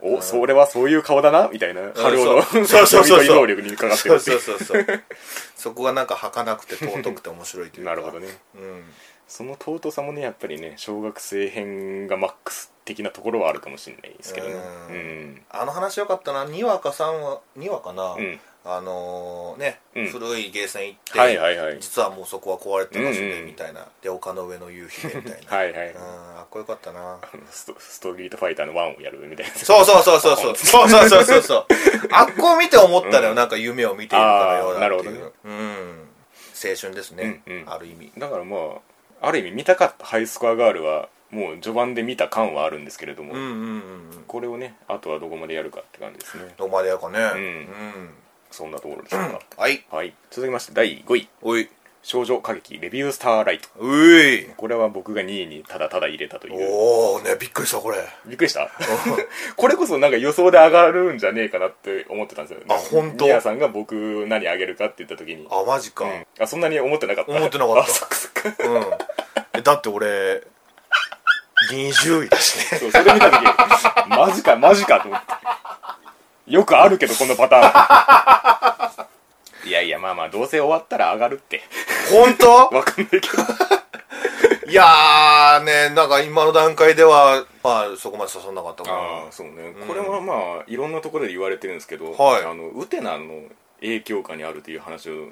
Speaker 1: おそれはそういう顔だなみたいな春尾の
Speaker 2: そうそうそ
Speaker 1: 読
Speaker 2: うそう
Speaker 1: み取り能力にかかって
Speaker 2: そ
Speaker 1: る
Speaker 2: う
Speaker 1: ってい
Speaker 2: そうそうそうそこがなんか儚くて尊くて面白いといううか
Speaker 1: なるほどね
Speaker 2: うん
Speaker 1: その尊さもねやっぱりね小学生編がマックス的なところはあるかもしれないですけどね
Speaker 2: うんあの話よかったな2話か3話2話かな、
Speaker 1: うんうん
Speaker 2: あのーね、
Speaker 1: うん
Speaker 2: 古いゲーセン行って、
Speaker 1: はいはいはい
Speaker 2: 実はもうそこは壊れてますね、
Speaker 1: うんうん
Speaker 2: みたいなで丘の上の夕日でみたい な
Speaker 1: はいはい
Speaker 2: うんあっこよかったな
Speaker 1: ストストリートファイターの1をやるみたいな
Speaker 2: そうそうそうそうそうそうそうそうそう そうあっこを見て思ったのよ、なんか夢を見ているかのようだってい
Speaker 1: あーなる
Speaker 2: う、うん青春ですね、
Speaker 1: うんうん
Speaker 2: ある意味
Speaker 1: だからまあある意味見たかったハイスコアガールはもう序盤で見た感はあるんですけれども、
Speaker 2: うんうんうんうん
Speaker 1: これをねあとはどこまでやるかって感じですね
Speaker 2: どこまでやるかね
Speaker 1: ん
Speaker 2: うん
Speaker 1: そんなところでしょうか、
Speaker 2: はい
Speaker 1: はい続きまして第5位
Speaker 2: おい
Speaker 1: 少女歌劇レビュースターライト
Speaker 2: うい
Speaker 1: これは僕が2位にただただ入れたという
Speaker 2: おおねびっくりしたこれ
Speaker 1: びっくりした これこそなんか予想で上がるんじゃねえかなって思ってたんですよ
Speaker 2: あ本当
Speaker 1: ミヤさんが僕何あげるかって言った時に
Speaker 2: あマジか、
Speaker 1: うんあそんなに思ってなかった
Speaker 2: 思ってなかった
Speaker 1: あそっかそっか
Speaker 2: うんえだって俺20位だし ね
Speaker 1: そうそれ見た時マジかマジかと思ってよくあるけどこのパターンいやいやまあまあどうせ終わったら上がるって
Speaker 2: 本当
Speaker 1: わかんないけど
Speaker 2: いやーねなんか今の段階ではまあそこまで刺さんなかったかな
Speaker 1: ああそうね、これはまあいろんなところで言われてるんですけど、
Speaker 2: はい
Speaker 1: あのウテナの影響下にあるという話を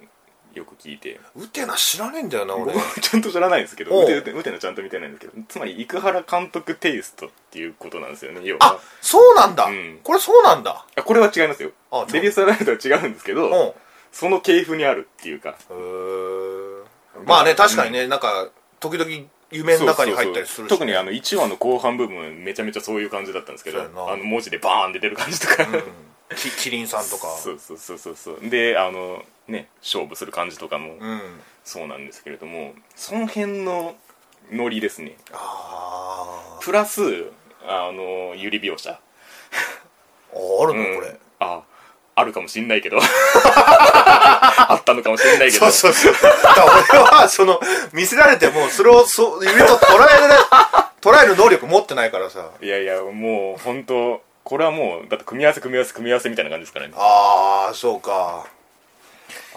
Speaker 1: よく聞いて
Speaker 2: ウテナ知らねえんだよな俺
Speaker 1: 僕はちゃんと知らないんですけど
Speaker 2: おう
Speaker 1: ウテウテウテナちゃんと見てないんですけどつまり生原監督テイストっていうことなんですよね要
Speaker 2: あ
Speaker 1: は
Speaker 2: そうなんだ、
Speaker 1: うん
Speaker 2: これそうなんだ
Speaker 1: あこれは違いますよ
Speaker 2: あそう
Speaker 1: デビュースターライトは違うんですけど、
Speaker 2: うんへ
Speaker 1: その系譜にあるっていうか
Speaker 2: ーまあね確かにね、なんか時々夢の中に入った
Speaker 1: そう
Speaker 2: りするし、ね、
Speaker 1: そうそう特にあの1話の後半部分めちゃめちゃそういう感じだったんですけど
Speaker 2: そうやな
Speaker 1: あの文字でバーンって出る感じとか、
Speaker 2: うんきキリンさんとか
Speaker 1: そうそうそうそうそうであのね勝負する感じとかも
Speaker 2: うん
Speaker 1: そうなんですけれどもその辺のノリですね
Speaker 2: あ
Speaker 1: プラスあの百合描写
Speaker 2: ーああるの、
Speaker 1: うん
Speaker 2: これ
Speaker 1: ああるかもしんないけど あったのかもしんないけど
Speaker 2: そうそうそう。だから俺は、その、見せられても、それを、そう、指と捉えない、捉える能力持ってないからさ。
Speaker 1: いやいやもう本当これはもうだって組み合わせ組み合わせ組み合わせみたいな感じですからね。
Speaker 2: あー、そうか。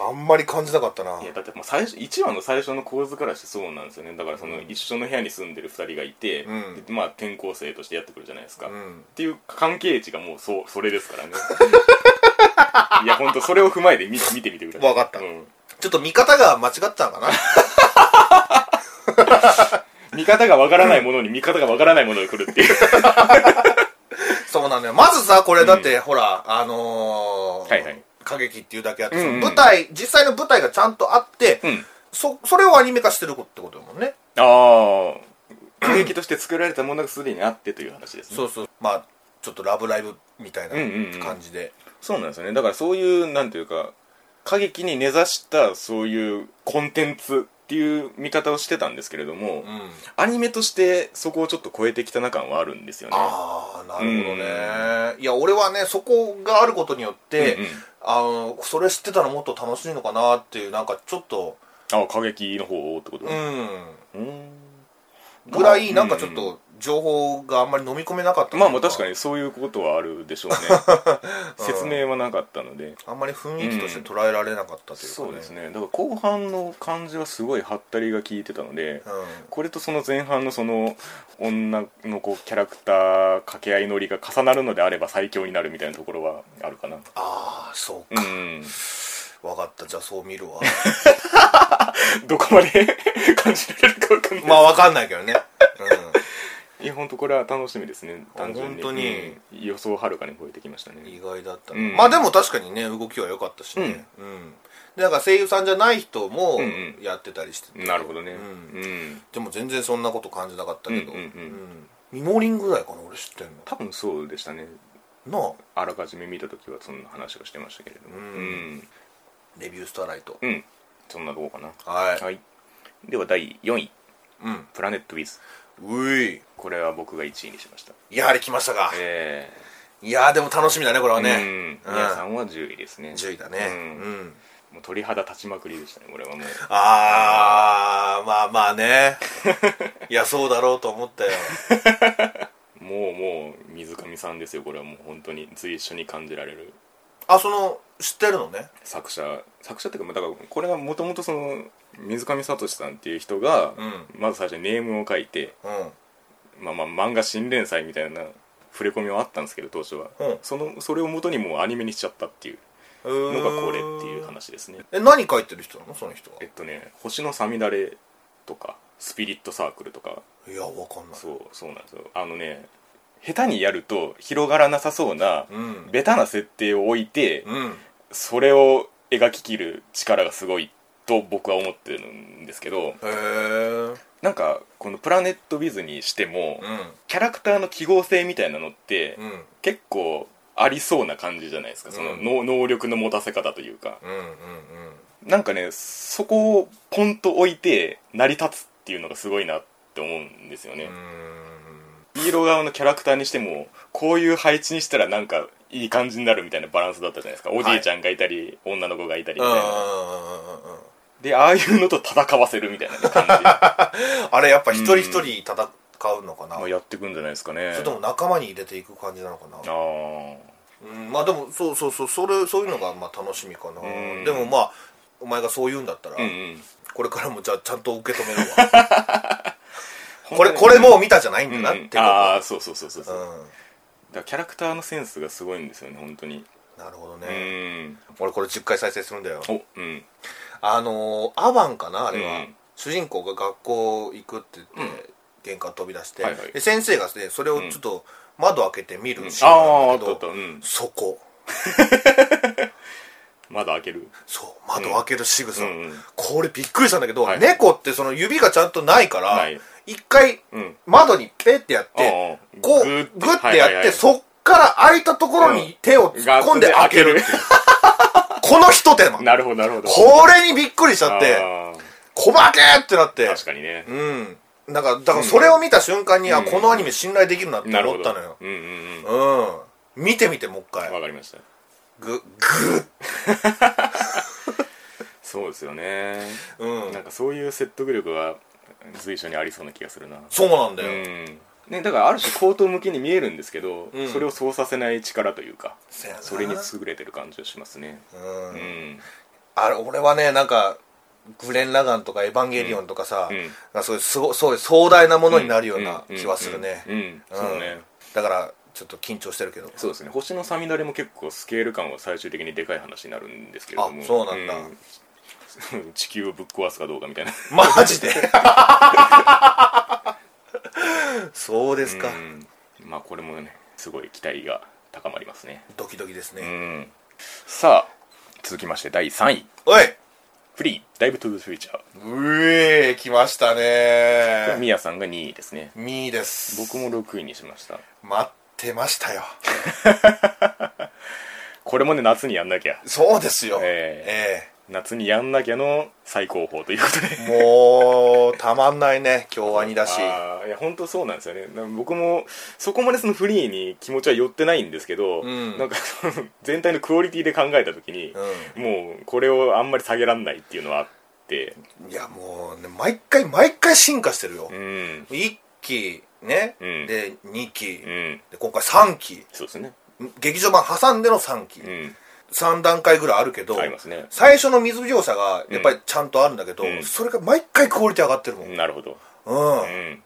Speaker 2: あんまり感じなかったない
Speaker 1: やだってもう最初1話の最初の構図からしてそうなんですよねだからその一緒の部屋に住んでる2人がいて、
Speaker 2: うん
Speaker 1: でまあ転校生としてやってくるじゃないですか、
Speaker 2: う
Speaker 1: っ
Speaker 2: ん。
Speaker 1: ていう関係値がもうそうそれですからね いや本当それを踏まえて見見てみてください
Speaker 2: わかった
Speaker 1: うん
Speaker 2: ちょっと見方が間違ってたのかな。
Speaker 1: 見方がわからないものに見方がわからないものが来るっていう
Speaker 2: そうなのよ。まずさ、これだって、ほら、あのー、
Speaker 1: はいはい
Speaker 2: 歌劇っていうだけあって、その
Speaker 1: うんうん
Speaker 2: 舞台、実際の舞台がちゃんとあって、
Speaker 1: うん
Speaker 2: そ、それをアニメ化してるってことだもんね。
Speaker 1: ああ雰囲気として作られたものがすでにあってという話ですね
Speaker 2: そうそう。まあ、ちょっとラブライブみたい
Speaker 1: うんうんう
Speaker 2: なん感じで。
Speaker 1: そうなんですよねだからそういうなんていうか過激に根ざしたそういうコンテンツっていう見方をしてたんですけれども、
Speaker 2: うん
Speaker 1: アニメとしてそこをちょっと超えてきたな感はあるんですよね
Speaker 2: ああなるほどね、いや俺はねそこがあることによって、
Speaker 1: うんうん
Speaker 2: あのそれ知ってたらもっと楽しいのかなっていうなんかちょっと
Speaker 1: あ過激の方をってこと
Speaker 2: うん
Speaker 1: うん
Speaker 2: ぐら
Speaker 1: ま
Speaker 2: い
Speaker 1: あ
Speaker 2: なんかちょっ
Speaker 1: うん
Speaker 2: と情報があんまり飲み込めなかったという
Speaker 1: まあまあ確かにそういうことはあるでしょう ね説明はなかったので
Speaker 2: あんまり雰囲気として捉えられなかったというか、ね
Speaker 1: そうですねだから後半の感じはすごいハッタリが効いてたので
Speaker 2: うん
Speaker 1: これとその前半のその女の子キャラクター掛け合いのりが重なるのであれば最強になるみたいなところはあるかな
Speaker 2: ああそう
Speaker 1: う
Speaker 2: か、
Speaker 1: ん
Speaker 2: 分かったじゃあそう 見るわ
Speaker 1: どこまで感じられるかわかんない
Speaker 2: まあ分かんないけどね、
Speaker 1: いや本当これは楽しみですね単純に
Speaker 2: 本当に
Speaker 1: うん予想をはるかに超えてきました
Speaker 2: うん、
Speaker 1: ね
Speaker 2: 意外だったな、
Speaker 1: うん
Speaker 2: まあでも確かにね動きは良かったしね、うんでなんか声優さんじゃない人も
Speaker 1: んうん
Speaker 2: やってたりしてて
Speaker 1: なるほどね
Speaker 2: うん
Speaker 1: うん
Speaker 2: でも全然そんなこと感じなかったけど、
Speaker 1: うんうんうん
Speaker 2: ミモリンぐらいかな俺知ってん
Speaker 1: 多分そうでしたね
Speaker 2: のなあ
Speaker 1: あらかじめ見た時はそんな話をしてましたけれども
Speaker 2: うんレビュースターライト、
Speaker 1: うんそんなとこかな
Speaker 2: はい、
Speaker 1: はいでは第4位
Speaker 2: うん
Speaker 1: 「プラネットウィズ
Speaker 2: うい」
Speaker 1: これは僕が1位にしました
Speaker 2: やはり来ましたか
Speaker 1: え
Speaker 2: いやーでも楽しみだねこれ
Speaker 1: え
Speaker 2: は
Speaker 1: う
Speaker 2: ね
Speaker 1: ん
Speaker 2: うん
Speaker 1: 皆さんは10位ですね
Speaker 2: 10位だね
Speaker 1: うん
Speaker 2: うん
Speaker 1: もう鳥肌立ちまくりでしたねこれはもう
Speaker 2: あーまあま あねいやそうだろうと思ったよ
Speaker 1: もうもう水上さんですよこれはもう本当に随所に感じられる
Speaker 2: あその知ってるのね
Speaker 1: 作者作者っていうかまあだからこれがもともとその水上聡さんっていう人が、
Speaker 2: うん
Speaker 1: まず最初にネームを書いて、
Speaker 2: うん
Speaker 1: まあ、まあ漫画新連載みたいな触れ込みはあったんですけど当初は、
Speaker 2: うん
Speaker 1: そのそれを元にもうアニメにしちゃったっていうの
Speaker 2: の
Speaker 1: がこれっていう話ですね
Speaker 2: え何書いてる人なのその人は
Speaker 1: えっとね「星のさみだれ」とか「スピリットサークル」とか
Speaker 2: いやわかんない
Speaker 1: そうそうなんですよあのね下手にやると広がらなさそうな、
Speaker 2: うん
Speaker 1: ベタな設定を置いて、
Speaker 2: うん
Speaker 1: それを描ききる力がすごいと僕は思ってるんですけど
Speaker 2: へえ
Speaker 1: なんかこの「プラネット・ウィズ」にしても、
Speaker 2: うん
Speaker 1: キャラクターの記号性みたいなのって、
Speaker 2: うん
Speaker 1: 結構ありそうな感じじゃないですかその、
Speaker 2: うん
Speaker 1: 能能力の持たせ方というか
Speaker 2: うんうん
Speaker 1: なんかねそこをポンと置いて成り立つっていうのがすごいなって思うんですよね、
Speaker 2: うんうん
Speaker 1: ヒーロー側のキャラクターにしてもこういう配置にしたらなんかいい感じになるみたいなバランスだったじゃないですかおじいちゃんがいたり、女の子がいたりみ
Speaker 2: うん
Speaker 1: たい
Speaker 2: うん
Speaker 1: な、
Speaker 2: うんうんうん
Speaker 1: でああいうのと戦わせるみたいなね感じ
Speaker 2: あれやっぱ一人一人戦うのかな、
Speaker 1: まあやってくんじゃないですかね
Speaker 2: それとも仲間に入れていく感じなのかな、
Speaker 1: あ
Speaker 2: うん、まあでもそうそうそうそれそういうのがまあ楽しみかな、
Speaker 1: うん
Speaker 2: でもまあお前がそう言うんだったら、
Speaker 1: あうんうん
Speaker 2: これからもじゃあちゃんと受け止めるわ これこれ
Speaker 1: う
Speaker 2: もう見たじゃないんだなっ
Speaker 1: ん
Speaker 2: て
Speaker 1: う
Speaker 2: い
Speaker 1: ん
Speaker 2: うこと
Speaker 1: ああそうそうそうそうそう、だか
Speaker 2: うん
Speaker 1: らキャラクターのセンスがすごいんですよね本当に
Speaker 2: なるほど
Speaker 1: う
Speaker 2: ね、
Speaker 1: ん
Speaker 2: 俺これ10回再生するんだよ
Speaker 1: おうん
Speaker 2: あのーアバンかなあれは、
Speaker 1: うん
Speaker 2: 主人公が学校行くって言って、玄関飛び出して、
Speaker 1: はいはい
Speaker 2: で先生がねそれをちょっと窓開けて見るシー
Speaker 1: あ
Speaker 2: ン
Speaker 1: あ
Speaker 2: な
Speaker 1: あ
Speaker 2: ん
Speaker 1: っ
Speaker 2: だ
Speaker 1: たあっ
Speaker 2: け
Speaker 1: た
Speaker 2: ど、
Speaker 1: うん
Speaker 2: そこ
Speaker 1: まだ開ける
Speaker 2: そう窓開ける仕草、
Speaker 1: うんうん
Speaker 2: これびっくりしたんだけど、
Speaker 1: はい
Speaker 2: 猫ってその指がちゃんとないか
Speaker 1: な
Speaker 2: ら
Speaker 1: い
Speaker 2: 一回
Speaker 1: うん
Speaker 2: 窓にペってやって
Speaker 1: ああ
Speaker 2: こう
Speaker 1: グ
Speaker 2: グ
Speaker 1: ッて
Speaker 2: ッて
Speaker 1: はいはい
Speaker 2: やっ
Speaker 1: は
Speaker 2: て
Speaker 1: い
Speaker 2: そっから開いたところに手を突っ込んで開ける
Speaker 1: ガッツで
Speaker 2: この一手間
Speaker 1: 開けるなるほどなるほど
Speaker 2: これにびっくりしちゃって
Speaker 1: あー
Speaker 2: 小化けってなって
Speaker 1: 確かにね
Speaker 2: うんなんかだからそれを見た瞬間に、あ
Speaker 1: うん
Speaker 2: このアニメ信頼できるなって
Speaker 1: なるほ
Speaker 2: 思っ
Speaker 1: ど
Speaker 2: たのよ
Speaker 1: うんうんうん
Speaker 2: うん見てみてもう一
Speaker 1: わ
Speaker 2: 回
Speaker 1: かりました
Speaker 2: ググ
Speaker 1: そうですよね
Speaker 2: ッう
Speaker 1: なん
Speaker 2: ん
Speaker 1: かそういう説得力は随所にありそうな気がするな
Speaker 2: そうなんだ
Speaker 1: う
Speaker 2: よ、
Speaker 1: んね、だからある種口頭向きに見えるんですけど、
Speaker 2: うん
Speaker 1: それをそうさせない力というか
Speaker 2: せやな
Speaker 1: それに優れてる感じがしますね
Speaker 2: うん
Speaker 1: うん
Speaker 2: あれ俺はねなんかグレン・ラガンとか「エヴァンゲリオン」とかさ、
Speaker 1: うん
Speaker 2: なんかそういうすごそういう壮大なものになるような気はするね
Speaker 1: うんうんうんうんそうね、
Speaker 2: だからちょっと緊張してるけど
Speaker 1: そうですね星のさみだれも結構スケール感は最終的にでかい話になるんですけれども
Speaker 2: あそうなんだ
Speaker 1: 地球をぶっ壊すかどうかみたいな
Speaker 2: マ ジでそうですか、
Speaker 1: うんまあこれもねすごい期待が高まりますね
Speaker 2: ドキドキです
Speaker 1: う
Speaker 2: ね、
Speaker 1: んさあ続きまして第3位
Speaker 2: おい
Speaker 1: フリーダイブトゥーフューチャー
Speaker 2: うえー来まし
Speaker 1: こ
Speaker 2: た
Speaker 1: れ
Speaker 2: ね
Speaker 1: ミヤさんが2位ですね
Speaker 2: ミーです
Speaker 1: 僕も6位にしました
Speaker 2: 待ってましたよ
Speaker 1: これもね夏にやんなきゃ
Speaker 2: そうですよ
Speaker 1: え
Speaker 2: え
Speaker 1: 夏にやんなきゃの最高峰ということで
Speaker 2: えもうたまんないね 京アニだし
Speaker 1: あーいや本当そうなんですよねな僕もそこまでそのフリーに気持ちは寄ってないんですけど、
Speaker 2: うん
Speaker 1: なんか その全体のクオリティで考えた時に、
Speaker 2: う
Speaker 1: もうこれをあんまり下げらんないっていうのはあって
Speaker 2: いやもうね毎回毎回進化してるよ、
Speaker 1: うん
Speaker 2: 一期ね、
Speaker 1: うん
Speaker 2: で二期、
Speaker 1: う
Speaker 2: で
Speaker 1: ん
Speaker 2: 今回三期
Speaker 1: そうですね
Speaker 2: 劇場版挟んでの三期、
Speaker 1: うん
Speaker 2: 三段階ぐらいあるけど
Speaker 1: ありますね
Speaker 2: 最初の水描写がやっぱりちゃんとあるんだけど、
Speaker 1: うん
Speaker 2: それが毎回クオリティ上がってるもん、うん
Speaker 1: なるほど、うん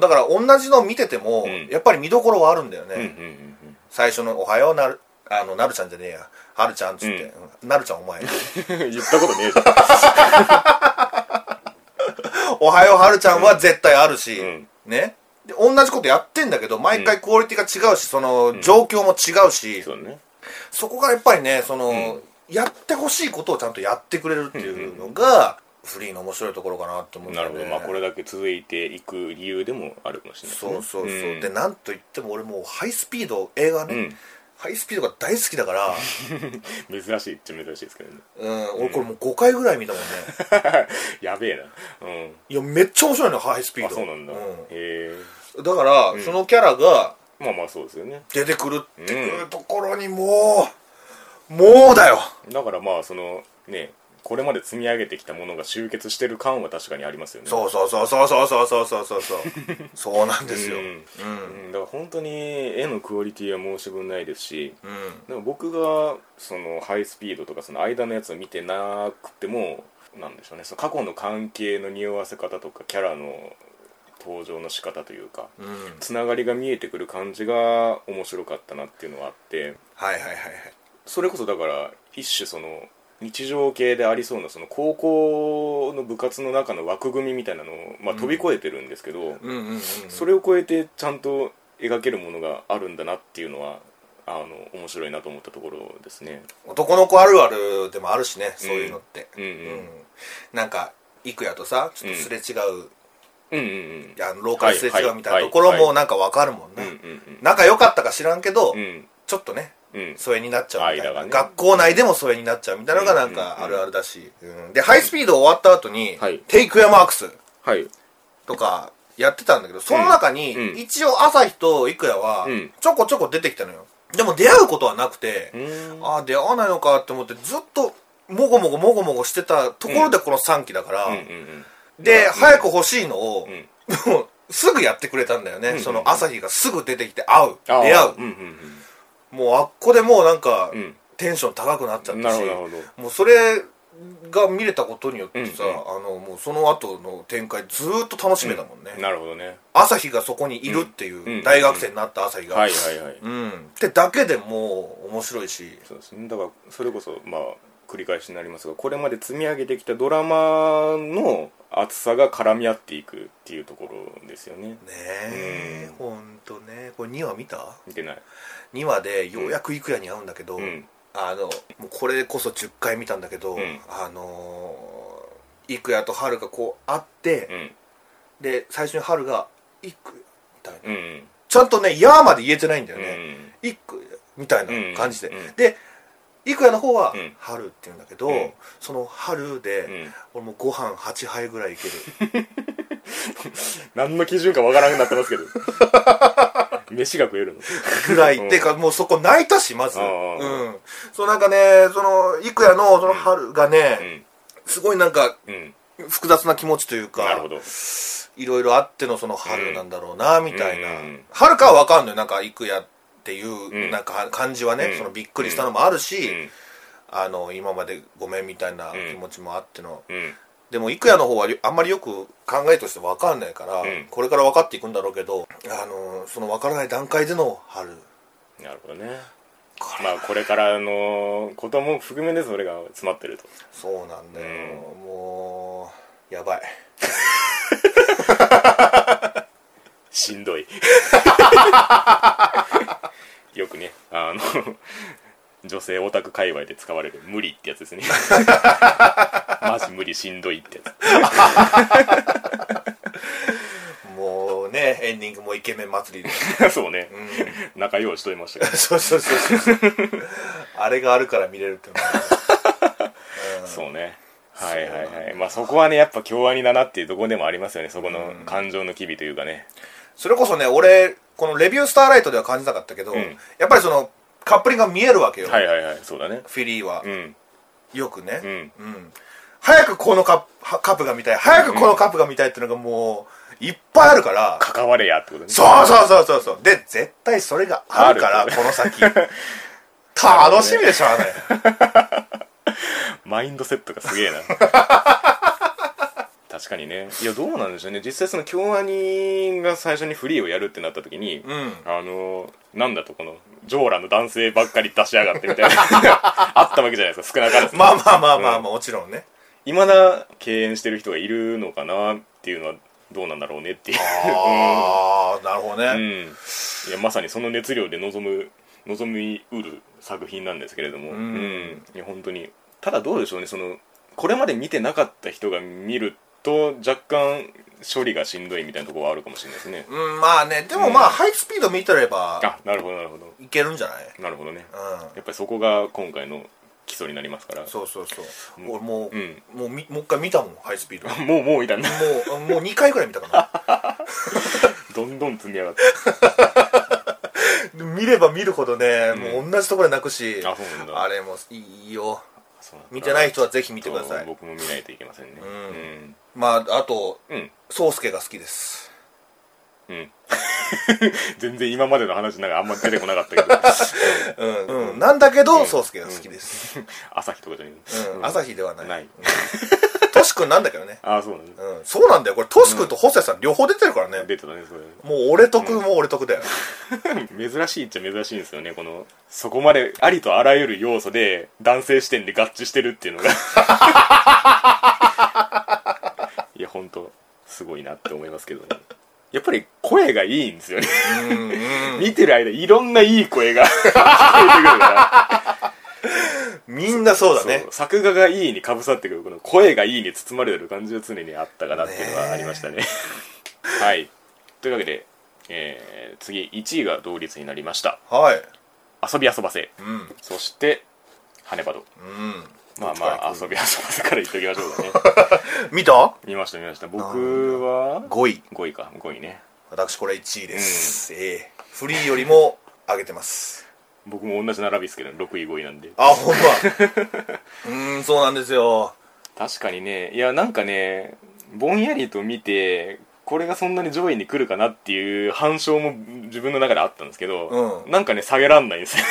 Speaker 2: だから同じの見てても、
Speaker 1: ん
Speaker 2: やっぱり見どころはあるんだよね、
Speaker 1: うんうんうん うん
Speaker 2: 最初の「おはようなるあのなるちゃん」じゃねえや「はるちゃん」っつって、うんなるちゃんお前」
Speaker 1: 言ったことねえじゃん
Speaker 2: 「おはようはるちゃん」は絶対あるし、
Speaker 1: うん
Speaker 2: ねで同じことやってんだけど毎回クオリティが違うしその状況も違うし、
Speaker 1: そうね
Speaker 2: そこがやっぱりねその、やってほしいことをちゃんとやってくれるっていうのが、フリーの面白いところかなって思うんだ
Speaker 1: な
Speaker 2: よ
Speaker 1: る
Speaker 2: ね
Speaker 1: ほどまあこれだけ続いていく理由でもあるかもしれないですね、
Speaker 2: そうそうそう、
Speaker 1: ん
Speaker 2: でなんといっても俺もうハイスピード映画ね、
Speaker 1: うん
Speaker 2: ハイスピードが大好きだから、
Speaker 1: 珍しいっちゃ珍しいですけどね
Speaker 2: うん、俺これもう5回ぐらい見た もんね。
Speaker 1: やべえなう
Speaker 2: いや、めっちゃ面白いのよ、ハイスピ
Speaker 1: ん
Speaker 2: ー
Speaker 1: あ
Speaker 2: ド。
Speaker 1: そうなんだ、へえ
Speaker 2: うんだから、そのキャラが
Speaker 1: まあまあそうですよね
Speaker 2: 出てくるっていうところにもう、もうだよ
Speaker 1: だからまあそのねこれまで積み上げてきたものが集結してる感は確かにありますよね
Speaker 2: そうそうそうそうそうそうそうそう そうそうなんですよ、
Speaker 1: う
Speaker 2: うんん
Speaker 1: うんだから本当に絵のクオリティは申し分ないですし
Speaker 2: うん
Speaker 1: でも僕がそのハイスピードとかその間のやつを見てなくてもなんでしょうねその過去の関係の匂わせ方とかキャラの登場の仕方というか
Speaker 2: うん、
Speaker 1: つながりが見えてくる感じが面白かったなっていうのはあって
Speaker 2: はいはいはいはい
Speaker 1: それこそだから一種その日常系でありそうなその高校の部活の中の枠組みみたいなのを、まあ、飛び越えてるんですけど、
Speaker 2: うんうんうん
Speaker 1: それを超えてちゃんと描けるものがあるんだなっていうのはあの面白いなと思ったところですね。
Speaker 2: 男の子あるあるでもあるしねそういうのって
Speaker 1: うん
Speaker 2: うん、なんか幾夜とさちょっとすれ違う、
Speaker 1: うんうんうん
Speaker 2: いや廊下ですれ違うみたいなとこ
Speaker 1: は
Speaker 2: ろ
Speaker 1: いはいは
Speaker 2: もなんかわかるもん
Speaker 1: う
Speaker 2: な、
Speaker 1: んうん
Speaker 2: 仲良かったか知らんけど、
Speaker 1: うんうん
Speaker 2: ちょっとね
Speaker 1: うん
Speaker 2: 疎遠になっちゃうみた
Speaker 1: 間
Speaker 2: い
Speaker 1: が
Speaker 2: な、
Speaker 1: ね
Speaker 2: 学校内でも疎遠になっちゃうみたいなのがなんかあるあるだし、うんでハイスピード終わった後に、
Speaker 1: はい
Speaker 2: テイクヤマークス
Speaker 1: はい
Speaker 2: とかやってたんだけどその中に
Speaker 1: うん
Speaker 2: 一応朝日と幾夜は
Speaker 1: うん
Speaker 2: ちょこちょこ出てきたのよでも出会うことはなくて、
Speaker 1: うーん
Speaker 2: ああ出会わないのかって思ってずっともごもごもごもごしてたところでこの3期だから、
Speaker 1: うんうん
Speaker 2: で、早く欲しいのを、
Speaker 1: ん
Speaker 2: もうすぐやってくれたんだよね、
Speaker 1: ん
Speaker 2: その朝日がすぐ出てきて会う出
Speaker 1: あー
Speaker 2: 会う、
Speaker 1: うん
Speaker 2: もうあっこでもうなんか、
Speaker 1: うんうん
Speaker 2: テンション高くなっちゃ
Speaker 1: う
Speaker 2: っ
Speaker 1: ん
Speaker 2: た
Speaker 1: なる
Speaker 2: し
Speaker 1: ほどなるほど
Speaker 2: もうそれが見れたことによってさ、
Speaker 1: うんう
Speaker 2: あのもうその後の展開ずーっと楽しめたもんね、
Speaker 1: なるほどね
Speaker 2: 朝日がそこにいるって
Speaker 1: う
Speaker 2: い
Speaker 1: ん
Speaker 2: う大学生になった朝日が、
Speaker 1: はいはいはい
Speaker 2: うんってだけでもう面白いし
Speaker 1: そうですねだからそれこそまあ繰り返しになりますがこれまで積み上げてきたドラマの厚さが絡み合っていくっていうところですよね
Speaker 2: ねえ、
Speaker 1: うん
Speaker 2: ほんとねこれ2話見た
Speaker 1: 見てない
Speaker 2: ?2 話でようやくいくやに会うんだけど、
Speaker 1: うん
Speaker 2: あのもうこれこそ10回見たんだけど、
Speaker 1: うん
Speaker 2: あのー、いくやとはるがこう会って、
Speaker 1: うん
Speaker 2: で最初にはるが「いくや」みたいな、
Speaker 1: うんうん
Speaker 2: ちゃんとね「や」まで言えてないんだよ
Speaker 1: う
Speaker 2: ね
Speaker 1: ん
Speaker 2: 「いくや」みたいな感じで、
Speaker 1: うんうん
Speaker 2: でいくやの方は
Speaker 1: うん
Speaker 2: 「はる」って言うんだけど、
Speaker 1: うん
Speaker 2: その「はる」
Speaker 1: う
Speaker 2: で、
Speaker 1: ん
Speaker 2: 俺もうご飯8杯ぐらいいける
Speaker 1: 何の基準かわからなくなってますけど 飯が食えるの
Speaker 2: ぐらい、
Speaker 1: うん
Speaker 2: てかもうそこ泣いたしまず
Speaker 1: あ
Speaker 2: う
Speaker 1: ー
Speaker 2: んそうなんかねそのいくやのその「はる」がね、すごいなんか
Speaker 1: うんうん
Speaker 2: 複雑な気持ちというか
Speaker 1: なるほど
Speaker 2: いろいろあってのその春なんだろうなみたいな
Speaker 1: うん
Speaker 2: 春かは分かんのよなんか幾夜ってい
Speaker 1: ん
Speaker 2: うなんか感じはね、
Speaker 1: うん
Speaker 2: そのびっくりしたのもある
Speaker 1: う
Speaker 2: し、
Speaker 1: ん
Speaker 2: あの今までごめんみたいな気持ちもあっての、
Speaker 1: うん
Speaker 2: でも幾夜の方はあんまりよく考えとして分かんないから、
Speaker 1: うん
Speaker 2: これから分かっていくんだろうけどあのその分からない段階での春
Speaker 1: なるほどね
Speaker 2: これ
Speaker 1: まあこれからのことも含めでそれが詰まってると
Speaker 2: そうなんだよ、もうやばい
Speaker 1: しんどいよくねあの女性オタク界隈で使われる「無理」ってやつですねマジ無理しんどいってや
Speaker 2: もうねエンディングもイケメン祭り で、
Speaker 1: つそうね
Speaker 2: うん
Speaker 1: 仲良いしといましたけど
Speaker 2: そうそうそうそうあれがあるから見れるってのは
Speaker 1: そうねはいはいはいまあそこはねやっぱ京アニだなっていうところでもありますよねそこの感情の機微というかね
Speaker 2: それこそね俺この「レビュースターライト」では感じなかったけど、
Speaker 1: ん
Speaker 2: やっぱりそのカップリングが見えるわけよ、
Speaker 1: はいはいはいそうだね
Speaker 2: フィリーは
Speaker 1: う、ん
Speaker 2: よくね、
Speaker 1: うん
Speaker 2: うん早くこのカップはカップが見たい早くこのカップが見たいっていうのがもういっぱいあるから、
Speaker 1: 関われやってことね
Speaker 2: そうそうそうそうそうで絶対それがあるから
Speaker 1: ある
Speaker 2: この先楽しみでしょあれ
Speaker 1: マインドセットがす げえな確かにねいやどうなんでしょうね実際その京アニが最初にフリーをやるってなった時に、
Speaker 2: ん
Speaker 1: あのなんだとこのジョーラの男性ばっかり出しやがってみたいな あったわけじゃないですか少なからず
Speaker 2: まあまあまあまあ、まあ、もちろんね
Speaker 1: いまだ敬遠してる人がいるのかなっていうのはどうなんだろうねっていう
Speaker 2: ああなるほどね、
Speaker 1: うん、いやまさにその熱量で臨む望みうる作品なんですけれども、うん
Speaker 2: ん
Speaker 1: いや本当にただどうでしょうねそのこれまで見てなかった人が見ると若干処理がしんどいみたいなところはあるかもしれないですね
Speaker 2: うんまあねでもまあ、ハイスピード見てれば
Speaker 1: あなるほどなるほど
Speaker 2: いけるんじゃない
Speaker 1: なるほどね
Speaker 2: うん
Speaker 1: やっぱりそこが今回の基礎になりますから
Speaker 2: そうそうそう、俺もう、
Speaker 1: うん
Speaker 2: もうみもう一回見たもんハイスピードも
Speaker 1: もうもういたんだ
Speaker 2: うもう2回ぐらい見たか
Speaker 1: どんどん積み上がって
Speaker 2: な見れば見るほどね、
Speaker 1: うん
Speaker 2: もう同じところで泣くし
Speaker 1: あそうなんだ
Speaker 2: あれもいいよ
Speaker 1: そうなんだ
Speaker 2: 見てない人はぜひ見てくだ
Speaker 1: ちょ
Speaker 2: さ
Speaker 1: っと
Speaker 2: い
Speaker 1: 僕も見ないといけませんね
Speaker 2: んまああと
Speaker 1: うんうん、
Speaker 2: 宗介が好 きです
Speaker 1: うん、 全然今までの話なんかあんま出てこなかったけど
Speaker 2: うん、うん、なんだけど宗介、が好きです、
Speaker 1: 朝日とかじゃない、
Speaker 2: うん朝日ではない
Speaker 1: ない
Speaker 2: トシ君なんだけどね、
Speaker 1: ああそうなんだ、
Speaker 2: うん、そうなんだよこれトシ君とホセさん両方出てるからね、
Speaker 1: 出てたねそれ
Speaker 2: もう俺得も俺得だよ、
Speaker 1: 珍しいっちゃ珍しいんですよねこのそこまでありとあらゆる要素で男性視点で合致してるっていうの がいや本当すごいなって思いますけどねやっぱり声がいいんですよね
Speaker 2: うんうん
Speaker 1: 見てる間いろんないい 声が聞こえてくるか
Speaker 2: みんなそう
Speaker 1: ら
Speaker 2: だね
Speaker 1: そう作画がいいにかぶさってくるこの声がいいに包まれてる感じが常にあったかなっていうのはありましたね はいというわけで、えー次1位が同率になりました
Speaker 2: はい
Speaker 1: 遊び遊ばせ
Speaker 2: うんうん
Speaker 1: そして羽バドまあまあ遊び遊ばせから言っておきましょうかね
Speaker 2: 見た
Speaker 1: 見ました見ました僕は
Speaker 2: ?5 位
Speaker 1: 5位か5位ね
Speaker 2: 私これ1位です、ええフリーよりも上げてます
Speaker 1: 僕も同じ並びですけど6位5位なんで
Speaker 2: あほんま うーんそうなんですよ
Speaker 1: 確かにねいやなんかねぼんやりと見てこれがそんなに上位に来るかなっていう反証も自分の中であったんですけど、
Speaker 2: うん
Speaker 1: なんかね下げらんないんですよ、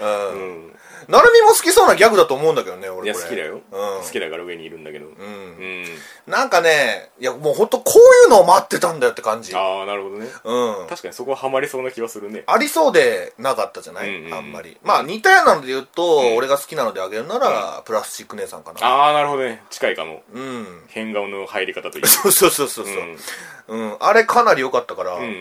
Speaker 2: うん、
Speaker 1: うん
Speaker 2: なるみも好きそうなギャグだと思うんだけどね
Speaker 1: い
Speaker 2: 俺
Speaker 1: や
Speaker 2: こ
Speaker 1: 好
Speaker 2: れ
Speaker 1: きだよ、
Speaker 2: うん、
Speaker 1: 好きだから上にいるんだけどうん、
Speaker 2: うんなんかねいやもうほんとこういうのを待ってたんだよって感じうん
Speaker 1: ああなるほどね確かにそこはハマりそうな気はするね
Speaker 2: ありそうでなかったじゃない、
Speaker 1: うんうんうん
Speaker 2: あんまりまあ似たようなので言うと、
Speaker 1: ん
Speaker 2: 俺が好きなのであげるなら、プラスチック姉さんかな
Speaker 1: ああなるほどね近いかも
Speaker 2: うん
Speaker 1: 変顔の入り方といい
Speaker 2: そうそうそうそうそう、うん、あれかなり良かったから、
Speaker 1: うんうんうんう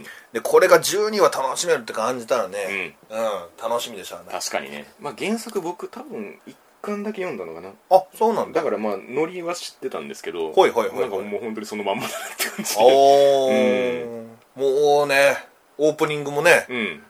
Speaker 1: ん
Speaker 2: でこれが12話楽しめるって感じたらね、うん楽しみでしゃあない
Speaker 1: 確かにねまあ原作僕多分一巻だけ読んだのかな
Speaker 2: あそうなんだ
Speaker 1: だからまあノリは知ってたんですけど
Speaker 2: ほいほいほいほい
Speaker 1: なんかもう本当にそのまんまだなって感じで
Speaker 2: おー、もうねオープニングもね
Speaker 1: うん